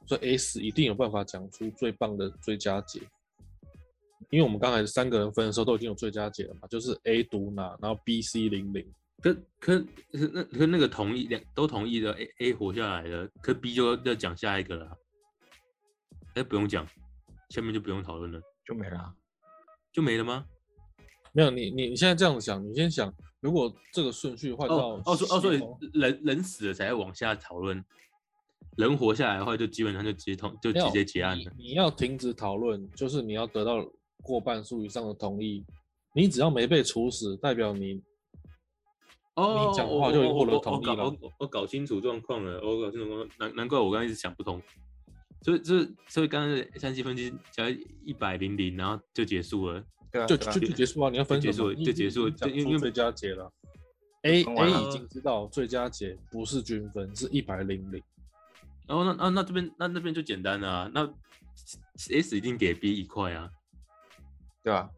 [SPEAKER 1] 所以 S 一定有办法讲出最棒的最佳解。因为我们刚才三个人分的时候都已经有最佳解了嘛，就是 A 独拿，然后 B、C 零零，
[SPEAKER 2] 可可是那可那个同意两都同意的 A A 活下来了，可 B 就要讲下一个了、啊哎，不用讲，下面就不用讨论了，
[SPEAKER 3] 就没了。啊
[SPEAKER 2] 就没了吗？
[SPEAKER 1] 没有你你你现在这样想，你先想，如果这个顺序换到
[SPEAKER 2] 哦哦哦，所哦所以
[SPEAKER 1] 西方
[SPEAKER 2] 人人死了才要往下讨论，人活下来的话，就基本上就直接通就
[SPEAKER 1] 没
[SPEAKER 2] 直
[SPEAKER 1] 有
[SPEAKER 2] 接结案
[SPEAKER 1] 你
[SPEAKER 2] 了。
[SPEAKER 1] 你要停止讨论，就是你要得到过半数以上的同意。你只要没被处死，代表你
[SPEAKER 2] 哦，
[SPEAKER 1] 你讲
[SPEAKER 2] 我
[SPEAKER 1] 话
[SPEAKER 2] 我
[SPEAKER 1] 就
[SPEAKER 2] 我
[SPEAKER 1] 获得
[SPEAKER 2] 我
[SPEAKER 1] 同
[SPEAKER 2] 我
[SPEAKER 1] 意
[SPEAKER 2] 搞
[SPEAKER 1] 了
[SPEAKER 2] 我我搞清楚状况了，我搞清楚状况，难难怪我刚刚一直想不通。所以，所以，所以刚刚的三七分析加一百零零，然后就结束了。
[SPEAKER 3] 对啊，
[SPEAKER 1] 就
[SPEAKER 3] 对
[SPEAKER 1] 就
[SPEAKER 3] 啊
[SPEAKER 1] 就结束啊！你要分
[SPEAKER 2] 就结
[SPEAKER 1] 什么
[SPEAKER 2] 束了
[SPEAKER 1] 你
[SPEAKER 2] 就结束了
[SPEAKER 1] 你讲
[SPEAKER 2] 就因为
[SPEAKER 1] 出
[SPEAKER 2] 因为
[SPEAKER 1] 最佳解了。A
[SPEAKER 3] 分完
[SPEAKER 1] A
[SPEAKER 3] 了
[SPEAKER 1] 已经知道最佳解不是均分，是一百零零。
[SPEAKER 2] 然后那啊那那这边那那边就简单了、啊，那 S 一定给 B 一块啊，
[SPEAKER 3] 对啊，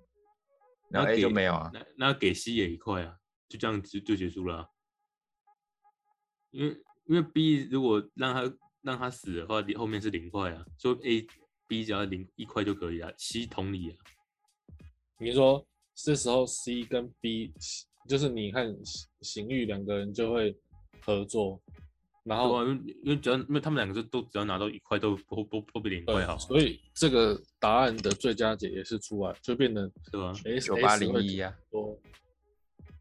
[SPEAKER 3] 然后
[SPEAKER 2] 那
[SPEAKER 3] A 就
[SPEAKER 2] 给
[SPEAKER 3] 没有啊，
[SPEAKER 2] 那那给 C 也一块啊，就这样就就结束了啊、因为因为 B 如果让他让他死的话，你后面是零块啊，所以 A B 只要零一块就可以啊，C 同理啊，
[SPEAKER 1] 你说这时候 C 跟 B，就是你和邢邢玉两个人就会合作，然
[SPEAKER 2] 对
[SPEAKER 1] 后
[SPEAKER 2] 啊，因为因为只要因为他们两个就都只要拿到一块都都都都比零块好，啊
[SPEAKER 1] 所以这个答案的最佳解也是出来，就变成
[SPEAKER 2] 对啊吧？
[SPEAKER 1] S
[SPEAKER 3] 九八零一
[SPEAKER 1] 啊。
[SPEAKER 3] 啊，
[SPEAKER 1] 说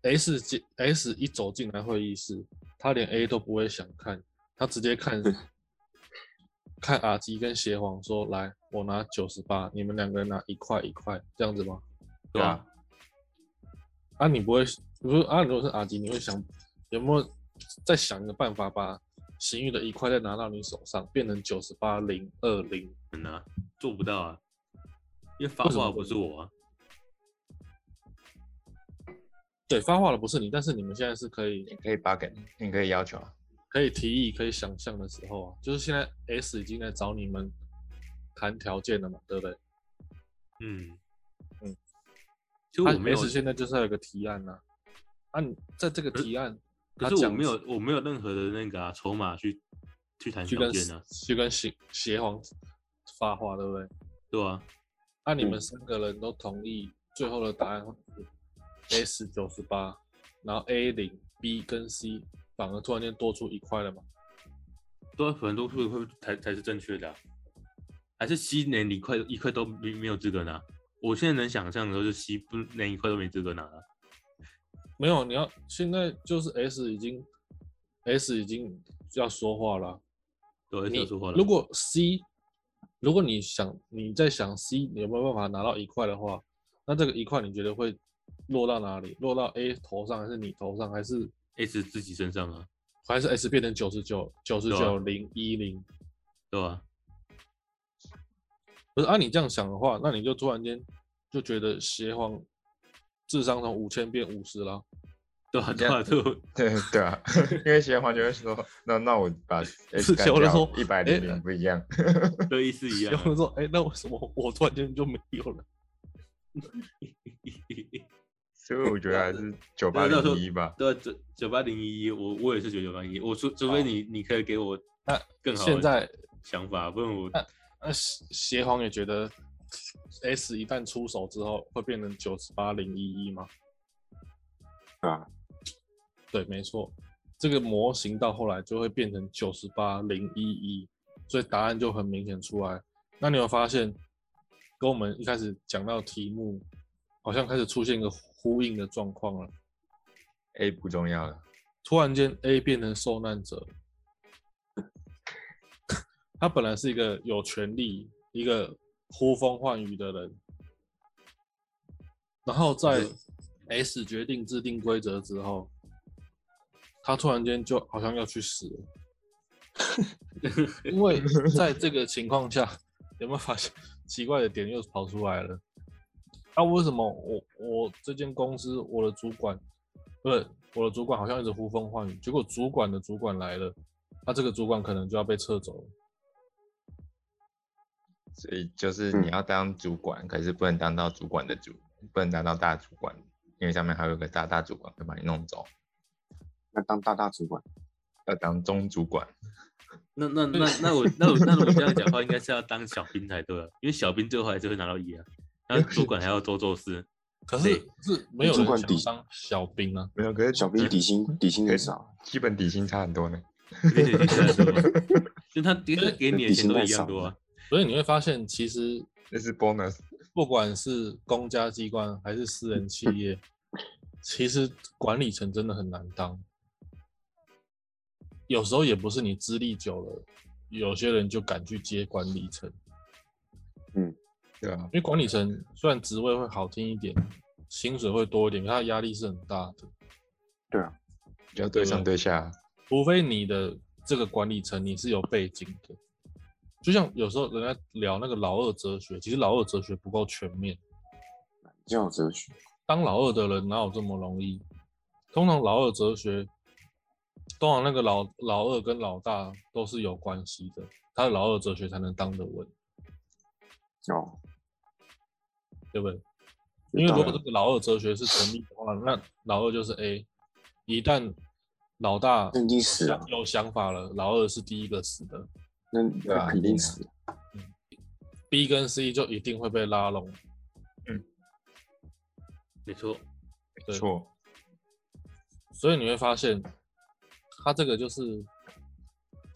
[SPEAKER 1] S 进 S 一走进来会议室，他连 A 都不会想看，他直接看看阿基跟邪皇说：“来，我拿九十八，你们两个人拿一块一块，这样子吗
[SPEAKER 2] 对吧、
[SPEAKER 3] 啊，
[SPEAKER 1] 啊，你不会，不是啊？如果是阿吉，你会想有没有再想一个办法把行玉的一块再拿到你手上，变成九十八零二零？
[SPEAKER 2] 做不到啊，因为发
[SPEAKER 1] 为什
[SPEAKER 2] 话
[SPEAKER 1] 么
[SPEAKER 2] 不是我啊，
[SPEAKER 1] 对，发话的不是你，但是你们现在是可以
[SPEAKER 3] 你可以 bug，你可以要求啊，
[SPEAKER 1] 可以提议、可以想象的时候啊，就是现在 S 已经来找你们谈条件了嘛，对不对？
[SPEAKER 2] 嗯
[SPEAKER 1] 嗯，
[SPEAKER 2] 其实
[SPEAKER 1] 他
[SPEAKER 2] 我没有
[SPEAKER 1] S 现在就是要有个提案呐、啊，啊，你在这个提案，他
[SPEAKER 2] 可是我
[SPEAKER 1] 讲
[SPEAKER 2] 没有，我没有任何的那个啊筹码去去谈
[SPEAKER 1] 去
[SPEAKER 2] 条
[SPEAKER 1] 跟
[SPEAKER 2] 件啊，
[SPEAKER 1] 去跟邪邪皇发话，对不对？
[SPEAKER 2] 对啊，
[SPEAKER 1] 那、你们三个人都同意最后的答案是 S 九十八，然后 A 零 B 跟 C 反而突然间多出一块了嘛？
[SPEAKER 2] 对啊，可能都会会才才是正确的啊、还是 C 连一块一块都没没有资格拿？我现在能想象的都是 C 不连一块都没资格拿了，
[SPEAKER 1] 没有，你要现在就是 S 已经 S 已经要说话了啊、
[SPEAKER 2] 对啊，
[SPEAKER 1] 你
[SPEAKER 2] 说话了。
[SPEAKER 1] 如果 C，如果你想你在想 C 你有没有办法拿到一块的话，那这个一块你觉得会落到哪里？落到 A 头上，还是你头上，还是
[SPEAKER 2] S 自己身上啊，
[SPEAKER 1] 还是 S 变成九十九、九十
[SPEAKER 2] 对啊
[SPEAKER 1] 九、零一零？
[SPEAKER 2] 对啊吧、
[SPEAKER 1] 不是，按、啊你这样想的话，那你就突然间就觉得邪皇智商从五千变五十了。
[SPEAKER 2] 对啊，
[SPEAKER 3] 这
[SPEAKER 2] 对啊，
[SPEAKER 3] 样
[SPEAKER 2] 对啊
[SPEAKER 3] 对对啊， 因为邪皇就会说，那那我把 S
[SPEAKER 1] 是
[SPEAKER 3] 干
[SPEAKER 1] 有人
[SPEAKER 3] 掉
[SPEAKER 1] 说，
[SPEAKER 3] 一百
[SPEAKER 1] 诶
[SPEAKER 3] 零零不一样，
[SPEAKER 2] 对意思一样
[SPEAKER 1] 邪
[SPEAKER 2] 啊、
[SPEAKER 1] 皇就说：“哎、那为什么我突然间就没有了？”
[SPEAKER 3] 所以我觉得还是九八
[SPEAKER 2] 对到时候
[SPEAKER 3] 零一 吧，
[SPEAKER 2] 对啊，九九八零一一，我我也是觉得九八零一，我除除非你你可以给我
[SPEAKER 1] 那
[SPEAKER 2] 更好的
[SPEAKER 1] 现在
[SPEAKER 2] 想法，不然我
[SPEAKER 1] 那邪邪皇也觉得 S 一旦出手之后会变成九十八零一一吗？
[SPEAKER 4] 对啊，
[SPEAKER 1] 对，没错，这个模型到后来就会变成九十八零一一，所以答案就很明显出来。那你有发现，跟我们一开始讲到题目，好像开始出现一个呼应的状况了。
[SPEAKER 3] ，A 不重要了，
[SPEAKER 1] 突然间 A 变成受难者，他本来是一个有权利、一个呼风唤雨的人，然后在 S 决定制定规则之后，他突然间就好像要去死了， 因为在这个情况下，有没有发现奇怪的点又跑出来了？啊，为什么我我这间公司我的主管，不是我的主管好像一直呼风唤雨，结果主管的主管来了，那、这个主管可能就要被撤走了。
[SPEAKER 3] 所以就是你
[SPEAKER 4] 嗯
[SPEAKER 3] 要当主管，可是不能当到主管的主，不能当到大主管，因为上面还有个大大主管会把你弄走，
[SPEAKER 4] 那当大大主管，
[SPEAKER 3] 要当中主管，
[SPEAKER 2] 那那那那我那我那如果这样讲的话，应该是要当小兵才对啊，因为小兵最后还是会拿到一啊，然后主管还要多做事。
[SPEAKER 1] 可
[SPEAKER 2] 对
[SPEAKER 1] 是是没有
[SPEAKER 4] 主管
[SPEAKER 1] 人
[SPEAKER 4] 底
[SPEAKER 1] 想当小兵啊，
[SPEAKER 3] 没有，可是
[SPEAKER 4] 小兵底薪底薪很少，
[SPEAKER 3] 基本底薪差很多呢，
[SPEAKER 2] 对对对，就他其实给你的钱都一样多啊。
[SPEAKER 1] 所以你会发现，其实
[SPEAKER 3] 那是 bonus，
[SPEAKER 1] 不管是公家机关还是私人企业，其实管理层真的很难当。有时候也不是你资历久了，有些人就敢去接管理层，
[SPEAKER 3] 对啊
[SPEAKER 1] 因，为管理层虽然职位会好听一点，薪水会多一点，可他的压力是很大的。
[SPEAKER 4] 对啊，
[SPEAKER 3] 要对上对下，啊
[SPEAKER 1] 除非你的这个管理层你是有背景的，就像有时候人家聊那个老二哲学，其实老二哲学不够全面。
[SPEAKER 4] 这样有哲学，
[SPEAKER 1] 当老二的人哪有这么容易？通常老二哲学，通常那个老老二跟老大都是有关系的，他的老二哲学才能当得稳，
[SPEAKER 4] 哦，
[SPEAKER 1] 对不对？
[SPEAKER 4] 就
[SPEAKER 1] 因为
[SPEAKER 4] 当
[SPEAKER 1] 如
[SPEAKER 4] 然
[SPEAKER 1] 果这个老二哲学是成立的话，那老二就是 A，一旦老大
[SPEAKER 4] 那一定死啊，
[SPEAKER 1] 有想法了，老二是第一个死的
[SPEAKER 4] 那
[SPEAKER 3] 对啊
[SPEAKER 4] 那肯定死，
[SPEAKER 1] ，B 跟 C 就一定会被拉拢。
[SPEAKER 2] 没错，
[SPEAKER 3] 没
[SPEAKER 1] 对
[SPEAKER 3] 错，
[SPEAKER 1] 所以你会发现，它这个就是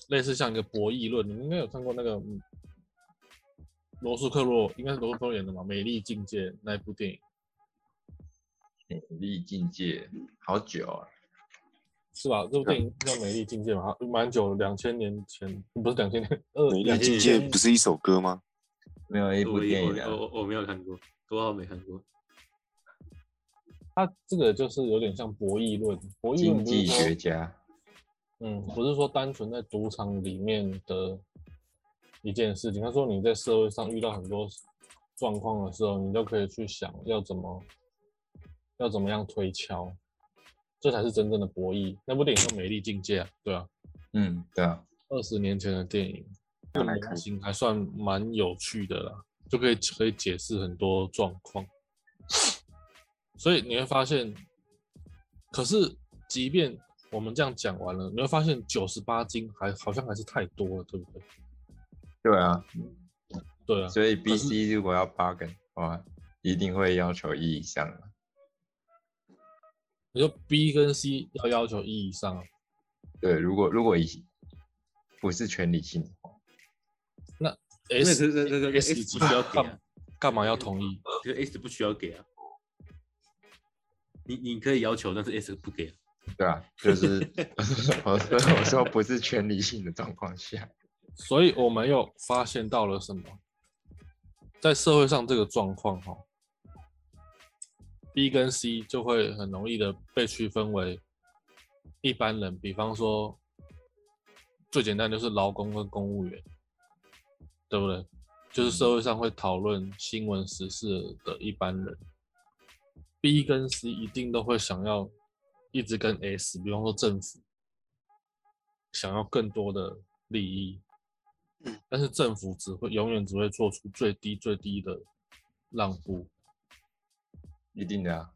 [SPEAKER 1] 类似像一个博弈论。你们应该有看过那个嗯罗素克洛，应该是罗素克洛演的嘛，《美丽境界》那一部电影
[SPEAKER 3] 努力境界，好久啊，
[SPEAKER 1] 是吧？这部电影叫《美丽境界》嘛，它蛮久，两千年前不是两千年，二
[SPEAKER 4] 美丽
[SPEAKER 1] 两
[SPEAKER 2] 2000
[SPEAKER 1] 千
[SPEAKER 4] 境
[SPEAKER 2] 年
[SPEAKER 4] 界不是一首歌吗？
[SPEAKER 3] 没有一部
[SPEAKER 2] 我也
[SPEAKER 3] 电
[SPEAKER 2] 我
[SPEAKER 3] 影啊
[SPEAKER 2] 我，我我没有看过，多好没看过。
[SPEAKER 1] 它这个就是有点像博弈论，博弈
[SPEAKER 3] 经
[SPEAKER 1] 论不是
[SPEAKER 3] 济学
[SPEAKER 1] 说
[SPEAKER 3] 家，
[SPEAKER 1] 嗯，不是说单纯在赌场里面的一件事情。他说你在社会上遇到很多状况的时候，你都可以去想要怎么要怎么样推敲，这才是真正的博弈。那部电影叫《美丽境界》啊，对啊，
[SPEAKER 3] 嗯，对啊，
[SPEAKER 1] 二十年前的电影，
[SPEAKER 4] 拿
[SPEAKER 1] 这
[SPEAKER 4] 来
[SPEAKER 1] 个
[SPEAKER 4] 看
[SPEAKER 1] 模型还算蛮有趣的啦，就可以可以解释很多状况。所以你会发现，可是即便我们这样讲完了，你会发现九十八斤还好像还是太多了，对不对？
[SPEAKER 3] 对啊，
[SPEAKER 1] 对啊，
[SPEAKER 3] 所以 B
[SPEAKER 1] 可是
[SPEAKER 3] C 如果要 bargain 的话，一定会要求一以上啊
[SPEAKER 1] 你说 B 跟 C 要要求一以上啊，
[SPEAKER 3] 对，如果如果以不是全理性的话，
[SPEAKER 2] 那
[SPEAKER 1] S
[SPEAKER 2] 是那那那
[SPEAKER 1] S
[SPEAKER 2] 不需要给啊
[SPEAKER 1] 干，干嘛要同意？
[SPEAKER 2] 这个 S 不需要给啊。你你可以要求，但是 S 不给啊。
[SPEAKER 3] 对啊，就是 我说我说不是全理性的状况下，
[SPEAKER 1] 所以我们又发现到了什么？在社会上这个状况哈，B 跟 C 就会很容易的被区分为一般人，比方说最简单就是劳工跟公务员，对不对？就是社会上会讨论新闻时事的一般人，B 跟 C 一定都会想要一直跟 S，比方说政府，想要更多的利益，但是政府只会永远只会做出最低最低的让步，
[SPEAKER 3] 一定的啊，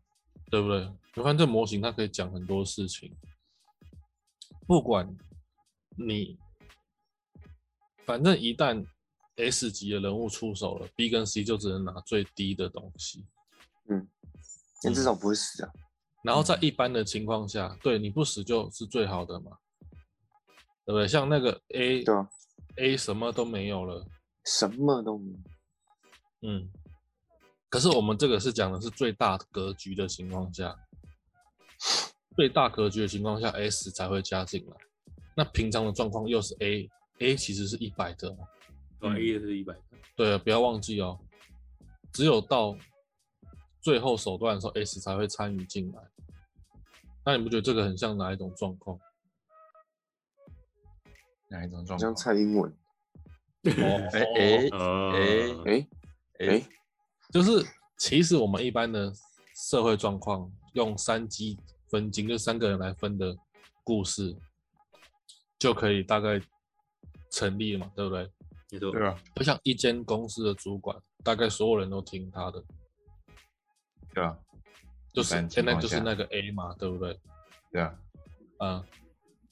[SPEAKER 1] 对不对？你看这模型，它可以讲很多事情，不管你，反正一旦 S 级的人物出手了，B 跟 C 就只能拿最低的东西，
[SPEAKER 4] 那至少不会死啊，
[SPEAKER 1] 然后在一般的情况下，对你不死就是最好的嘛，对不对？像那个 A
[SPEAKER 4] 对啊，
[SPEAKER 1] A 什么都没有了。
[SPEAKER 4] 什么都没有，
[SPEAKER 1] 嗯，可是我们这个是讲的是最大格局的情况下，最大格局的情况下，S 才会加进来。那平常的状况又是 A，A 其实是一百的哦，
[SPEAKER 2] 对吧、
[SPEAKER 3] 嗯
[SPEAKER 2] a 是一百，
[SPEAKER 1] 对，不要忘记哦。只有到最后手段的时候，S 才会参与进来。那你不觉得这个很像哪一种状况？
[SPEAKER 3] 哪一种状
[SPEAKER 4] 像
[SPEAKER 3] 况？
[SPEAKER 4] 蔡英文，
[SPEAKER 1] 哦
[SPEAKER 3] 哎哎
[SPEAKER 2] 哦
[SPEAKER 4] 哎
[SPEAKER 3] 哎
[SPEAKER 4] 哎，
[SPEAKER 1] 就是其实我们一般的社会状况，用三基分金，就三个人来分的故事，就可以大概成立嘛，对不对？
[SPEAKER 2] 你说
[SPEAKER 3] 对啊吧？
[SPEAKER 1] 就像一间公司的主管，大概所有人都听他的，
[SPEAKER 3] 对啊吧？
[SPEAKER 1] 就是
[SPEAKER 3] 一
[SPEAKER 1] 现
[SPEAKER 3] 般情
[SPEAKER 1] 在
[SPEAKER 3] 况
[SPEAKER 1] 就是
[SPEAKER 3] 下
[SPEAKER 1] 那个 A 嘛，对不对？
[SPEAKER 3] 对啊，
[SPEAKER 1] 嗯，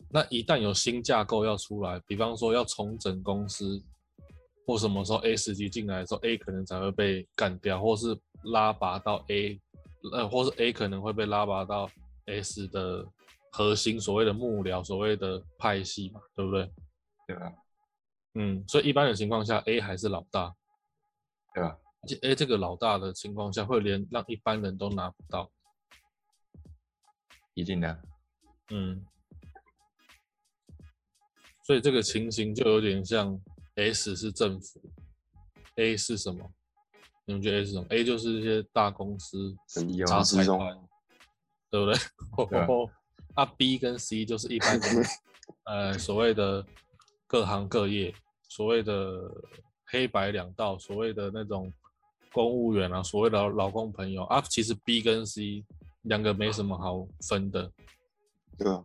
[SPEAKER 1] 那一旦有新架构要出来，比方说要重整公司，或什么时候 A 时期进来的时候，A 可能才会被干掉，或是拉拔到 A，呃，或是 A 可能会被拉拔到 S 的核心，所谓的幕僚，所谓的派系嘛，对不对？
[SPEAKER 3] 对啊吧？
[SPEAKER 1] 嗯，所以一般的情况下，A 还是老大，
[SPEAKER 3] 对啊吧？
[SPEAKER 1] 而且 A 这个老大的情况下，会连让一般人都拿不到。
[SPEAKER 3] 一定的啊，
[SPEAKER 1] 嗯，所以这个情形就有点像 S 是政府，A 是什么？你们觉得 A 是什么？A 就是一些大公司、
[SPEAKER 3] 很有
[SPEAKER 1] 大
[SPEAKER 4] 之
[SPEAKER 1] 财
[SPEAKER 4] 中
[SPEAKER 1] 团，对不对？
[SPEAKER 3] 对
[SPEAKER 1] 啊，B 跟 C 就是一般的呃所谓的各行各业，所谓的黑白两道，所谓的那种公务员啊，所谓的劳劳工朋友啊，其实 B 跟 C 两个没什么好分的，
[SPEAKER 4] 对啊吧？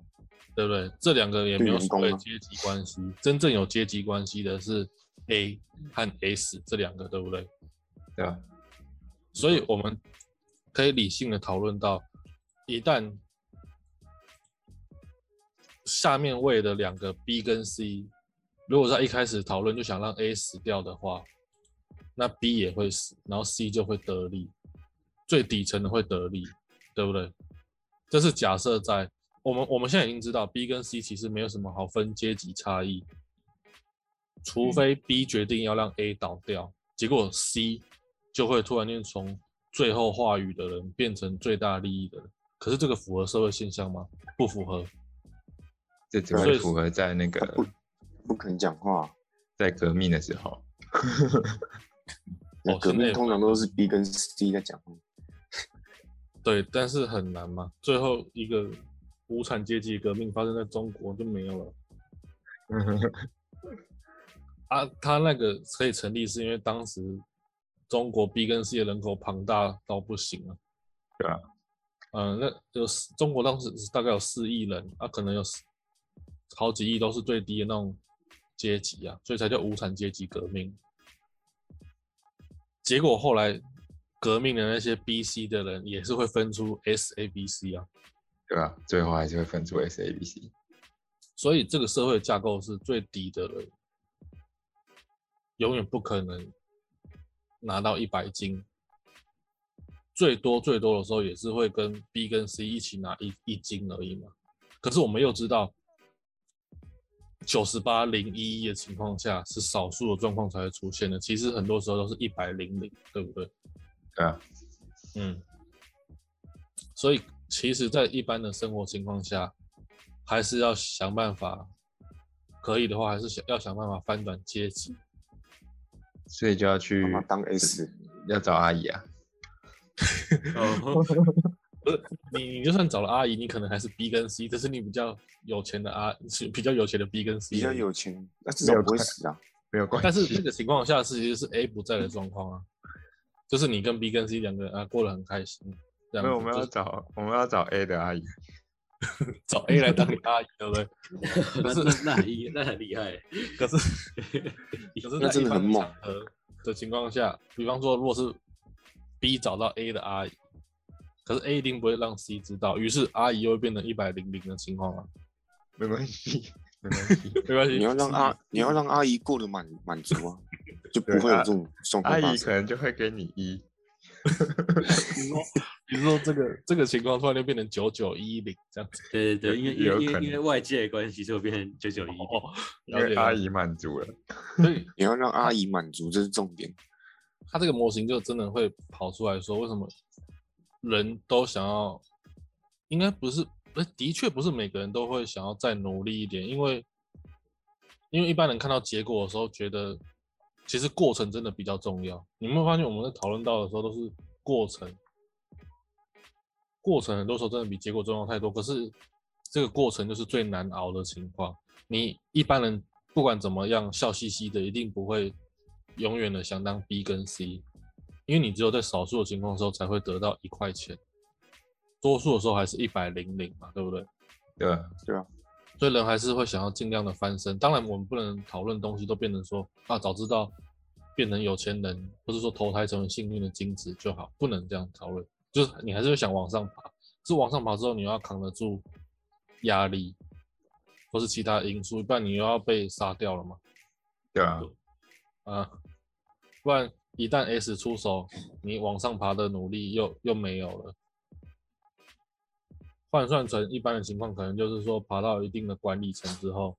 [SPEAKER 1] 对不对？这两个也没有
[SPEAKER 4] 对员
[SPEAKER 1] 所
[SPEAKER 4] 工
[SPEAKER 1] 谓
[SPEAKER 4] 吗
[SPEAKER 1] 阶级关系，真正有阶级关系的是 A 和 S 这两个，对不对？
[SPEAKER 3] 对啊吧？
[SPEAKER 1] 所以我们可以理性的讨论到，一旦下面位的两个 B 跟 C，如果在一开始讨论就想让 A 死掉的话，那 B 也会死，然后 C 就会得利，最底层的会得利，对不对？这是假设在我们我们现在已经知道 B 跟 C 其实没有什么好分阶级差异，除非 B 决定要让 A 倒掉，结果 C 就会突然间从最后话语的人变成最大利益的人。可是这个符合社会现象吗？不符合。
[SPEAKER 3] 这只
[SPEAKER 1] 所
[SPEAKER 3] 会
[SPEAKER 1] 以
[SPEAKER 3] 符合在那
[SPEAKER 4] 啊他
[SPEAKER 3] 个
[SPEAKER 4] 不不肯讲话。啊
[SPEAKER 3] 在革命的时候，
[SPEAKER 1] 哦
[SPEAKER 4] 革
[SPEAKER 1] 现在也
[SPEAKER 4] 命通常都是 B 跟 C 在讲话，
[SPEAKER 1] 对，但是很难嘛。最后一个无产阶级革命发生在中国就没有了
[SPEAKER 3] 嗯
[SPEAKER 1] 啊。他那个可以成立，是因为当时中国 B 跟 C 的人口庞大到不行啊。
[SPEAKER 3] 对啊。
[SPEAKER 1] 嗯、那就是中国当时大概有四亿人，啊，可能有十好几亿都是最低的那种阶级啊，所以才叫无产阶级革命。结果后来革命的那些 B、C 的人也是会分出 S、A、B、C 啊，
[SPEAKER 3] 对吧？最后还是会分出 S、A、B、C。
[SPEAKER 1] 所以这个社会架构是最低的人，永远不可能拿到一百斤，最多最多的时候也是会跟 B 跟 C 一起拿一一斤而已嘛。可是我们又知道，九十八零一一的情况下是少数的状况才会出现的，其实很多时候都是一百零零，对不对？
[SPEAKER 3] 对啊，
[SPEAKER 1] 嗯，所以其实，在一般的生活情况下，还是要想办法，可以的话，还是想要想办法翻转阶级。
[SPEAKER 3] 所以就要去
[SPEAKER 4] 妈妈当 S，
[SPEAKER 3] 要找阿姨啊。
[SPEAKER 2] 哦，
[SPEAKER 1] 你你就算找了阿姨，你可能还是 B 跟 C，这是你比较有钱的阿，是比较有钱的 B 跟 C
[SPEAKER 4] 比较
[SPEAKER 1] 而已。
[SPEAKER 4] 有钱，那至
[SPEAKER 3] 没
[SPEAKER 4] 少
[SPEAKER 3] 有
[SPEAKER 4] 不会
[SPEAKER 3] 看
[SPEAKER 4] 死啊。
[SPEAKER 3] 没有关系。
[SPEAKER 1] 但是这个情况下是其实是 A 不在的状况啊，就是你跟 B 跟 C 两个人啊过得很开心，这
[SPEAKER 3] 没有，我
[SPEAKER 1] 样子
[SPEAKER 3] 们要
[SPEAKER 1] 就是
[SPEAKER 3] 找我们要找 A 的阿姨，
[SPEAKER 1] 找 A 来当你阿姨，对不对？
[SPEAKER 2] 那那那很那很厉害，
[SPEAKER 1] 可 是可是在
[SPEAKER 4] 那真
[SPEAKER 1] 一
[SPEAKER 4] 的
[SPEAKER 1] 般
[SPEAKER 4] 很猛
[SPEAKER 1] 场合的情况下，比方说，如果是 B 找到 A 的阿姨，可是 A 一定不会让 C 知道，于是阿姨又会变成一百零零的情况了。
[SPEAKER 3] 没关系，没关系。
[SPEAKER 1] 没关系，
[SPEAKER 4] 你要让阿你要让阿姨过得满满足啊，就不
[SPEAKER 3] 对
[SPEAKER 4] 会有
[SPEAKER 3] 啊
[SPEAKER 4] 这种双头
[SPEAKER 3] 阿
[SPEAKER 4] 巴
[SPEAKER 3] 姨
[SPEAKER 4] 掌
[SPEAKER 3] 可。能就会给你一，
[SPEAKER 1] 你说你说这个这个情况突然就变成九九一零这样子，
[SPEAKER 2] 对对对，因为因
[SPEAKER 3] 有
[SPEAKER 2] 为因
[SPEAKER 3] 可能
[SPEAKER 2] 为因为外界的关系，就变成九九一。
[SPEAKER 1] 哦，
[SPEAKER 3] 因
[SPEAKER 1] 了解。
[SPEAKER 3] 为阿
[SPEAKER 1] 了解
[SPEAKER 3] 姨满足了。
[SPEAKER 1] 所以
[SPEAKER 4] 你要让阿姨满足，这是重点。
[SPEAKER 1] 他这个模型就真的会跑出来说，为什么人都想要，应该不是，不是，的确不是每个人都会想要再努力一点，因为因为一般人看到结果的时候，觉得其实过程真的比较重要。你有没有发现我们在讨论到的时候都是过程，过程很多时候真的比结果重要太多。可是这个过程就是最难熬的情况。你一般人不管怎么样笑嘻嘻的，一定不会永远的想当 B 跟 C，因为你只有在少数的情况的时候才会得到一块钱，多数的时候还是一百零零嘛，对不对？
[SPEAKER 3] 对吧，
[SPEAKER 1] 所以人还是会想要尽量的翻身。当然，我们不能讨论东西都变成说啊，早知道变成有钱人，或是说投胎成为幸运的精子就好，不能这样讨论。就是你还是会想往上爬，是往上爬之后你要扛得住压力，或是其他因素，不然你又要被杀掉了嘛。
[SPEAKER 3] 对吧？
[SPEAKER 1] 啊，不然一旦 S 出手，你往上爬的努力又又没有了。换算成一般的情况，可能就是说爬到一定的管理层之后，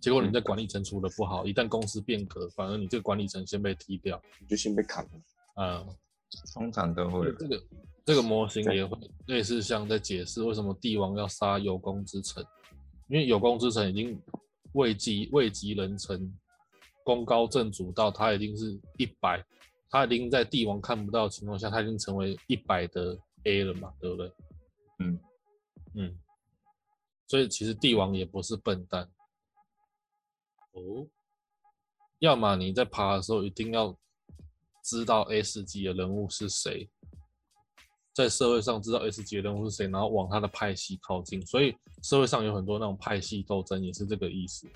[SPEAKER 1] 结果你在管理层处的不好，一旦公司变革，反而你这个管理层先被踢掉。
[SPEAKER 4] 你就先被砍了。
[SPEAKER 1] 啊、
[SPEAKER 3] 通常都会
[SPEAKER 1] 所以这个这个模型也会类似像在解释为什么帝王要杀有功之臣，因为有功之臣已经位极位极人臣，功高震主到他已经是一百，他已经在帝王看不到的情况下，他已经成为一百的 A 了嘛，对不对？
[SPEAKER 3] 嗯
[SPEAKER 1] 嗯，所以其实帝王也不是笨蛋，
[SPEAKER 2] 哦，
[SPEAKER 1] 要么你在爬的时候一定要知道 S 级的人物是谁，在社会上知道 S 级的人物是谁，然后往他的派系靠近。所以社会上有很多那种派系斗争，也是这个意思。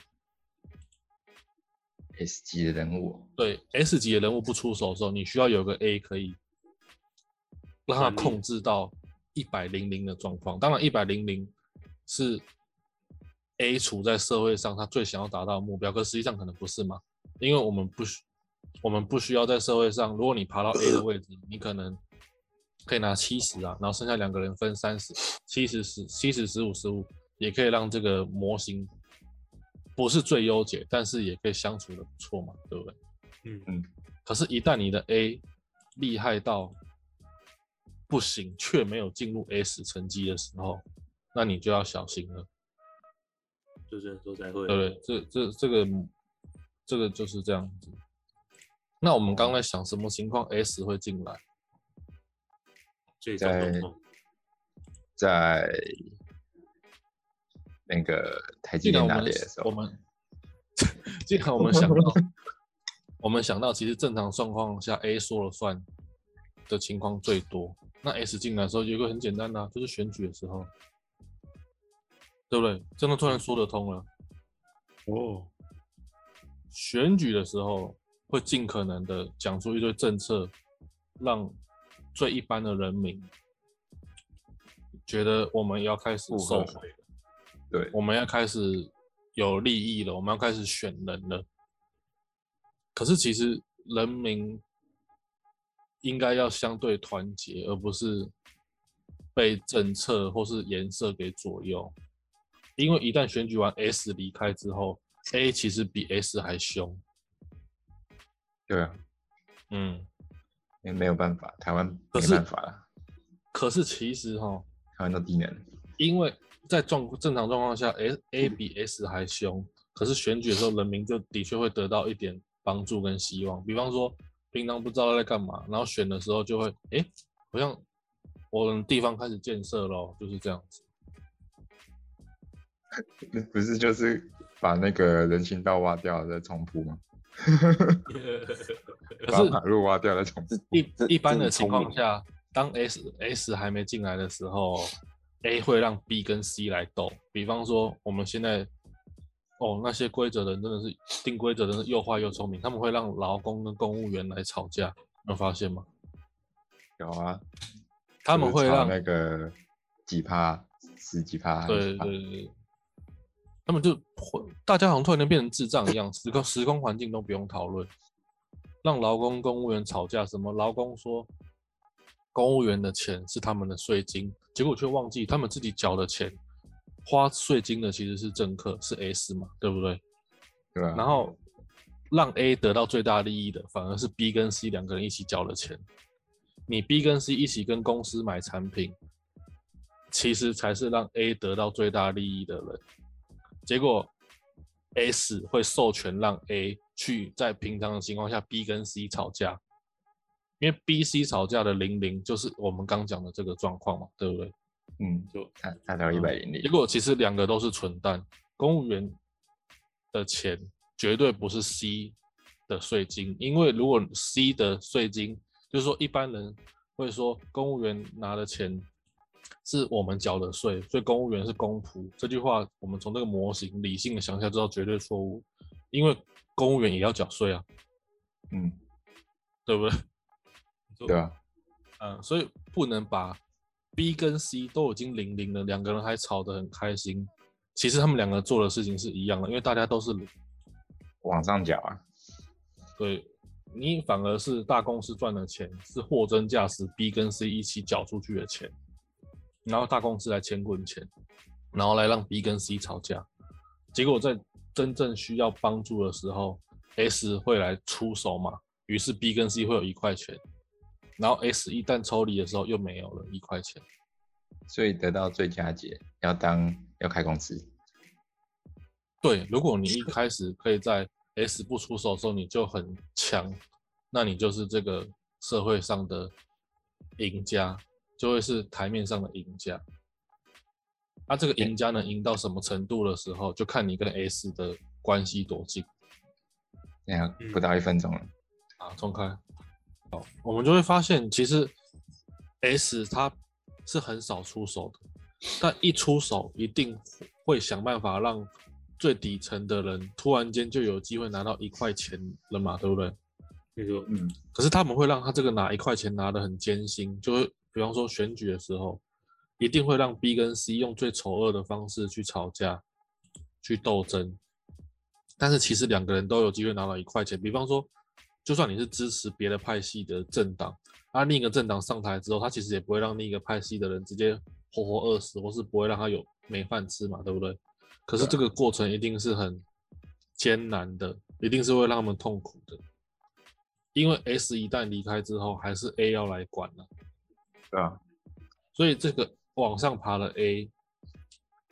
[SPEAKER 3] S 级的人物，
[SPEAKER 1] 对 S 级的人物不出手的时候，你需要有个 A 可以让他控制到一百零零的状况。当然，一百零零是 A 处在社会上他最想要达到的目标，可实际上可能不是嘛？因为我们不需我们不需要在社会上，如果你爬到 A 的位置，你可能可以拿七十啊，然后剩下两个人分三十，七十十七十十五十五，也可以让这个模型不是最优解，但是也可以相处的不错嘛，对不对？
[SPEAKER 2] 嗯
[SPEAKER 1] 可是，一旦你的 A 厉害到不行，却没有进入 S 成绩的时候，那你就要小心了，
[SPEAKER 2] 就只能说才
[SPEAKER 1] 对不
[SPEAKER 2] 会
[SPEAKER 1] 对？这这这个这个就是这样子。那我们刚才想什么情况 S 会进来？
[SPEAKER 2] 最终
[SPEAKER 3] 在
[SPEAKER 2] 状况，
[SPEAKER 3] 在那个台
[SPEAKER 1] 既
[SPEAKER 3] 积
[SPEAKER 1] 然
[SPEAKER 3] 电
[SPEAKER 1] 啊我
[SPEAKER 3] 打
[SPEAKER 1] 们
[SPEAKER 3] 猎的时
[SPEAKER 1] 我
[SPEAKER 3] 候，
[SPEAKER 1] 们 既然我们想到，我们想到其实正常状况下 A 说了算的情况最多，那 S 进来的时候有一个很简单的啊、就是选举的时候，对不对？真的突然说得通了。
[SPEAKER 2] 哦，
[SPEAKER 1] 选举的时候会尽可能的讲出一堆政策，让最一般的人民觉得我们要开始
[SPEAKER 3] 附
[SPEAKER 1] 受
[SPEAKER 3] 和
[SPEAKER 1] 贿了，
[SPEAKER 3] 对，
[SPEAKER 1] 我们要开始有利益了，我们要开始选人了。可是其实人民应该要相对团结，而不是被政策或是颜色给左右。因为一旦选举完 S 离开之后，A 其实比 S 还凶。
[SPEAKER 3] 对啊，
[SPEAKER 1] 嗯，
[SPEAKER 3] 也没有办法，台湾
[SPEAKER 1] 可
[SPEAKER 3] 没
[SPEAKER 1] 是
[SPEAKER 3] 办法了，
[SPEAKER 1] 可是其实哈，
[SPEAKER 3] 台湾都低能，
[SPEAKER 1] 因为在状正常状况下，A A 比 S 还凶，可是选举的时候，人民就的确会得到一点帮助跟希望。比方说，平常不知道在干嘛，然后选的时候就会，哎、好像我们地方开始建设咯，就是这样子。
[SPEAKER 3] 不是就是把那个人行道挖掉再重铺吗？
[SPEAKER 1] 可
[SPEAKER 3] 把
[SPEAKER 1] 是
[SPEAKER 3] 马路挖掉再重铺，
[SPEAKER 1] 一
[SPEAKER 4] 这
[SPEAKER 1] 一般
[SPEAKER 4] 这
[SPEAKER 1] 的
[SPEAKER 4] 很
[SPEAKER 1] 情
[SPEAKER 4] 聪
[SPEAKER 1] 况
[SPEAKER 4] 明
[SPEAKER 1] 下，当 S S 还没进来的时候，A 会让 B 跟 C 来斗。比方说，我们现在哦，那些规则的人真的是定规则的人是又坏又聪明，他们会让劳工跟公务员来吵架，你有发现吗？
[SPEAKER 3] 有啊，
[SPEAKER 1] 他们会
[SPEAKER 3] 就是朝
[SPEAKER 1] 让
[SPEAKER 3] 那个几趴十几趴，还是
[SPEAKER 1] 对
[SPEAKER 3] 几趴
[SPEAKER 1] 对对对，他们就会大家好像突然间变成智障一样，时空时空环境都不用讨论，让劳工公务员吵架，什么劳工说公务员的钱是他们的税金，结果却忘记他们自己缴的钱，花税金的其实是政客，是 S 嘛，对不对？
[SPEAKER 3] 对啊，
[SPEAKER 1] 然后让 A 得到最大利益的，反而是 B 跟 C 两个人一起缴了钱。你 B 跟 C 一起跟公司买产品，其实才是让 A 得到最大利益的人。结果 S 会授权让 A 去在平常的情况下 B 跟 C 吵架，因为 B、C 吵架的零零就是我们刚讲的这个状况嘛，对不对？
[SPEAKER 3] 嗯，
[SPEAKER 2] 就
[SPEAKER 3] 他他才一百零
[SPEAKER 1] 嗯结
[SPEAKER 3] 零，
[SPEAKER 1] 果其实两个都是蠢蛋，公务员的钱绝对不是 C 的税金，因为如果 C 的税金，就是说一般人会说公务员拿的钱是我们缴的税，所以公务员是公仆。这句话我们从这个模型理性的想一下，知道绝对错误，因为公务员也要缴税啊，
[SPEAKER 3] 嗯，
[SPEAKER 1] 对不对？
[SPEAKER 2] 就
[SPEAKER 3] 对啊，
[SPEAKER 1] 嗯，所以不能把 B 跟 C 都已经零零了，两个人还吵得很开心。其实他们两个做的事情是一样的，因为大家都是零，
[SPEAKER 3] 往上缴啊，
[SPEAKER 1] 对你反而是大公司赚的钱是货真价实，B 跟 C 一起缴出去的钱，然后大公司来钱滚钱，然后来让 B 跟 C 吵架，结果在真正需要帮助的时候，S 会来出手嘛，于是 B 跟 C 会有一块钱，然后 S 一旦抽离的时候又没有了一块钱。
[SPEAKER 3] 所以得到最佳解要当要开公司，
[SPEAKER 1] 对，如果你一开始可以在 S 不出手的时候你就很强，那你就是这个社会上的赢家，就会是台面上的赢家。他、这个赢家能赢到什么程度的时候，就看你跟 S 的关系多近。
[SPEAKER 3] 等一下
[SPEAKER 1] 嗯
[SPEAKER 3] 不到一分钟了，
[SPEAKER 1] 啊，冲开。好，我们就会发现，其实 S 他是很少出手的，但一出手一定会想办法让最底层的人突然间就有机会拿到一块钱了嘛，对不对？
[SPEAKER 2] 你说
[SPEAKER 4] 嗯，
[SPEAKER 1] 可是他们会让他这个拿一块钱拿得很艰辛，就是比方说选举的时候，一定会让 B 跟 C 用最丑恶的方式去吵架、去斗争。但是其实两个人都有机会拿到一块钱。比方说，就算你是支持别的派系的政党，而另一个政党上台之后，他其实也不会让另一个派系的人直接活活饿死，或是不会让他有没饭吃嘛，对不对？可是这个过程一定是很艰难的，一定是会让他们痛苦的。因为 S 一旦离开之后，还是 A 要来管了、
[SPEAKER 3] 对吧？
[SPEAKER 1] 所以这个往上爬的 A，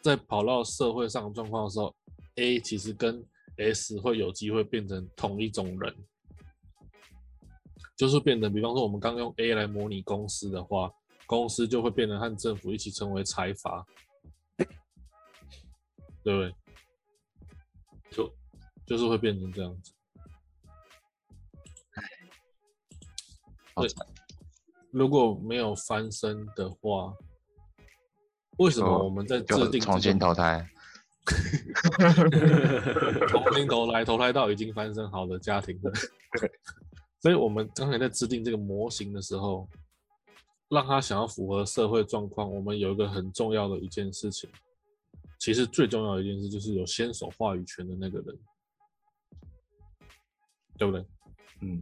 [SPEAKER 1] 在跑到社会上的状况的时候，A 其实跟 S 会有机会变成同一种人，就是变成，比方说我们刚用 A 来模拟公司的话，公司就会变成和政府一起成为财阀，对不对？
[SPEAKER 2] 错，
[SPEAKER 1] 就是会变成这样子。
[SPEAKER 3] 好
[SPEAKER 1] 对
[SPEAKER 3] 哎惨
[SPEAKER 1] 如果没有翻身的话，为什么
[SPEAKER 3] 哦
[SPEAKER 1] 我们在制
[SPEAKER 3] 就
[SPEAKER 1] 定
[SPEAKER 3] 重
[SPEAKER 1] 这
[SPEAKER 3] 新
[SPEAKER 1] 个
[SPEAKER 3] 投胎，
[SPEAKER 1] 重新投胎，投胎到已经翻身好的家庭了。所以我们刚才在制定这个模型的时候，让他想要符合社会状况，我们有一个很重要的一件事情，其实最重要的一件事就是有先手话语权的那个人，对不对？
[SPEAKER 3] 嗯，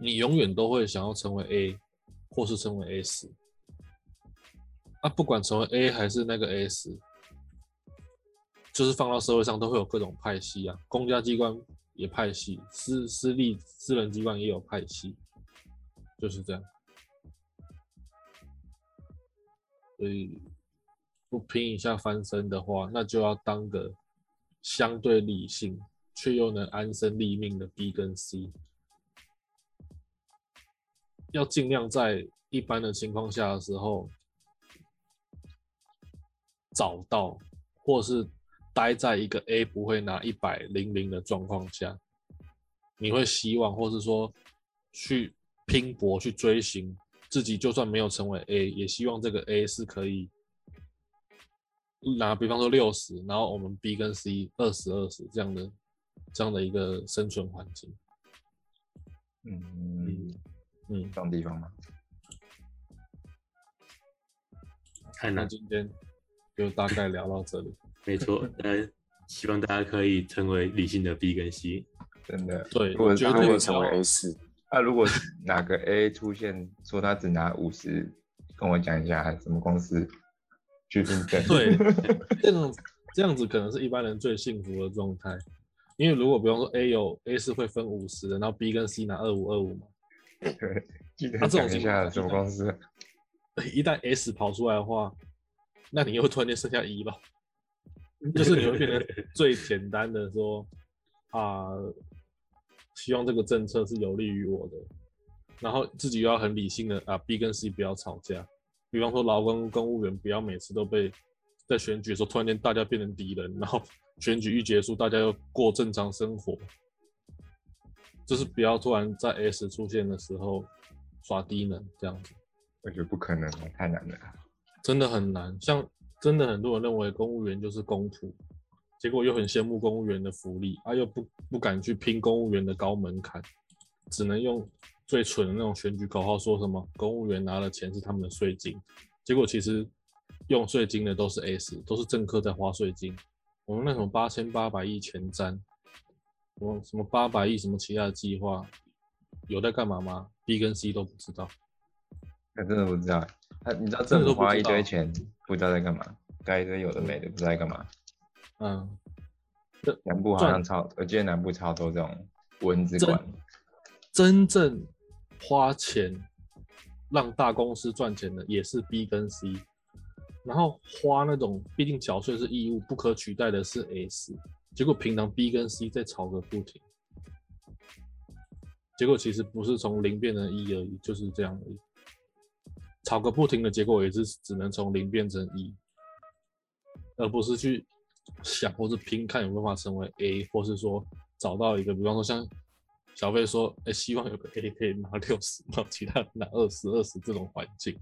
[SPEAKER 1] 你永远都会想要成为 A，或是成为 S。那、不管成为 A 还是那个 S，就是放到社会上都会有各种派系啊，公家机关也派系，私私立私人机关也有派系，就是这样。所以不拼一下翻身的话，那就要当个相对理性却又能安身立命的 B 跟 C。要尽量在一般的情况下的时候找到，或是待在一个 A 不会拿一百零零的状况下，你会希望，或是说去拼搏去追寻自己，就算没有成为 A，也希望这个 A 是可以拿，比方说六十，然后我们 B 跟 C 二十二十这样的这样的一个生存环境，
[SPEAKER 3] 嗯，
[SPEAKER 1] 嗯
[SPEAKER 3] 这。种地方吗？
[SPEAKER 2] 太
[SPEAKER 1] 那
[SPEAKER 2] 难，
[SPEAKER 1] 今天就大概聊到这里。
[SPEAKER 2] 没错。但希望大家可以成为理性的 B 跟 C。
[SPEAKER 3] 真的，
[SPEAKER 1] 对，
[SPEAKER 3] 如果
[SPEAKER 1] 我绝
[SPEAKER 3] 大
[SPEAKER 1] 对
[SPEAKER 3] 家
[SPEAKER 1] 不
[SPEAKER 3] 有
[SPEAKER 1] 要
[SPEAKER 4] 会成为 S，
[SPEAKER 3] 那、如 果哪个 A 出现说他只拿五十，跟我讲一下什么公司去应征？
[SPEAKER 1] 对，这种这样子可能是一般人最幸福的状态，因为如果比方说 A 有 A 是会分五十的，然后 B 跟 C 拿二五二五嘛，
[SPEAKER 3] 对，记得
[SPEAKER 1] 那啊这
[SPEAKER 3] 讲
[SPEAKER 1] 种情
[SPEAKER 3] 一下
[SPEAKER 1] 况
[SPEAKER 3] 什么公司。
[SPEAKER 1] 一旦 S 跑出来的话，那你又突然间剩下一了，就是你会变得最简单的说啊、希望这个政策是有利于我的，然后自己又要很理性的啊，B 跟 C 不要吵架，比方说劳工公务员不要每次都被在选举的时候突然间大家变成敌人，然后选举一结束大家又过正常生活，就是不要突然在 S 出现的时候耍低能这样子。
[SPEAKER 3] 我觉得不可能啊，太难了。
[SPEAKER 1] 真的很难。像真的很多人认为公务员就是公仆，结果又很羡慕公务员的福利，啊又不不敢去拼公务员的高门槛，只能用最蠢的那种选举口号说什么公务员拿了钱是他们的税金，结果其实用税金的都是 S，都是政客在花税金。我们那种八千八百亿前瞻，什么什么八百亿什么其他的计划，有在干嘛吗？B 跟 C 都不知道。
[SPEAKER 3] 我真的不知道，他你知道
[SPEAKER 1] 真
[SPEAKER 3] 政
[SPEAKER 1] 的都
[SPEAKER 3] 府
[SPEAKER 1] 不知道
[SPEAKER 3] 花一堆钱，不知道在干嘛，盖一堆有的没的，不知道在干嘛。
[SPEAKER 1] 嗯，
[SPEAKER 3] 南部好像超，我记得南部超多这种蚊子馆，
[SPEAKER 1] 真正花钱让大公司赚钱的也是 B 跟 C，然后花那种毕竟缴税是义务不可取代的是 S，结果平常 B 跟 C 在吵个不停，结果其实不是从零变成一而已，就是这样而已。吵个不停的结果也是只能从零变成一，而不是去想或是拼看有没有办法成为 A，或是说找到一个，比方说像小飞说，哎、希望有个 A 可以拿六十，然后其他人拿二十二十这种环境，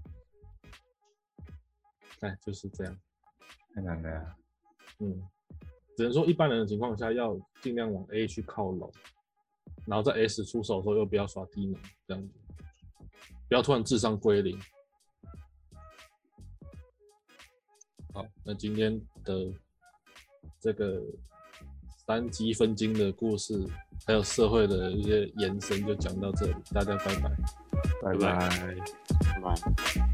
[SPEAKER 1] 哎，就是这样。
[SPEAKER 3] 太难了啊呀。
[SPEAKER 1] 嗯，只能说一般人的情况下要尽量往 A 去靠拢，然后在 S 出手的时候又不要耍低能，这样子，不要突然智商归零。好，那今天的这个三级分金的故事，还有社会的一些延伸，就讲到这里，大家拜拜。
[SPEAKER 3] 拜
[SPEAKER 2] 拜
[SPEAKER 3] 拜。
[SPEAKER 4] 拜拜。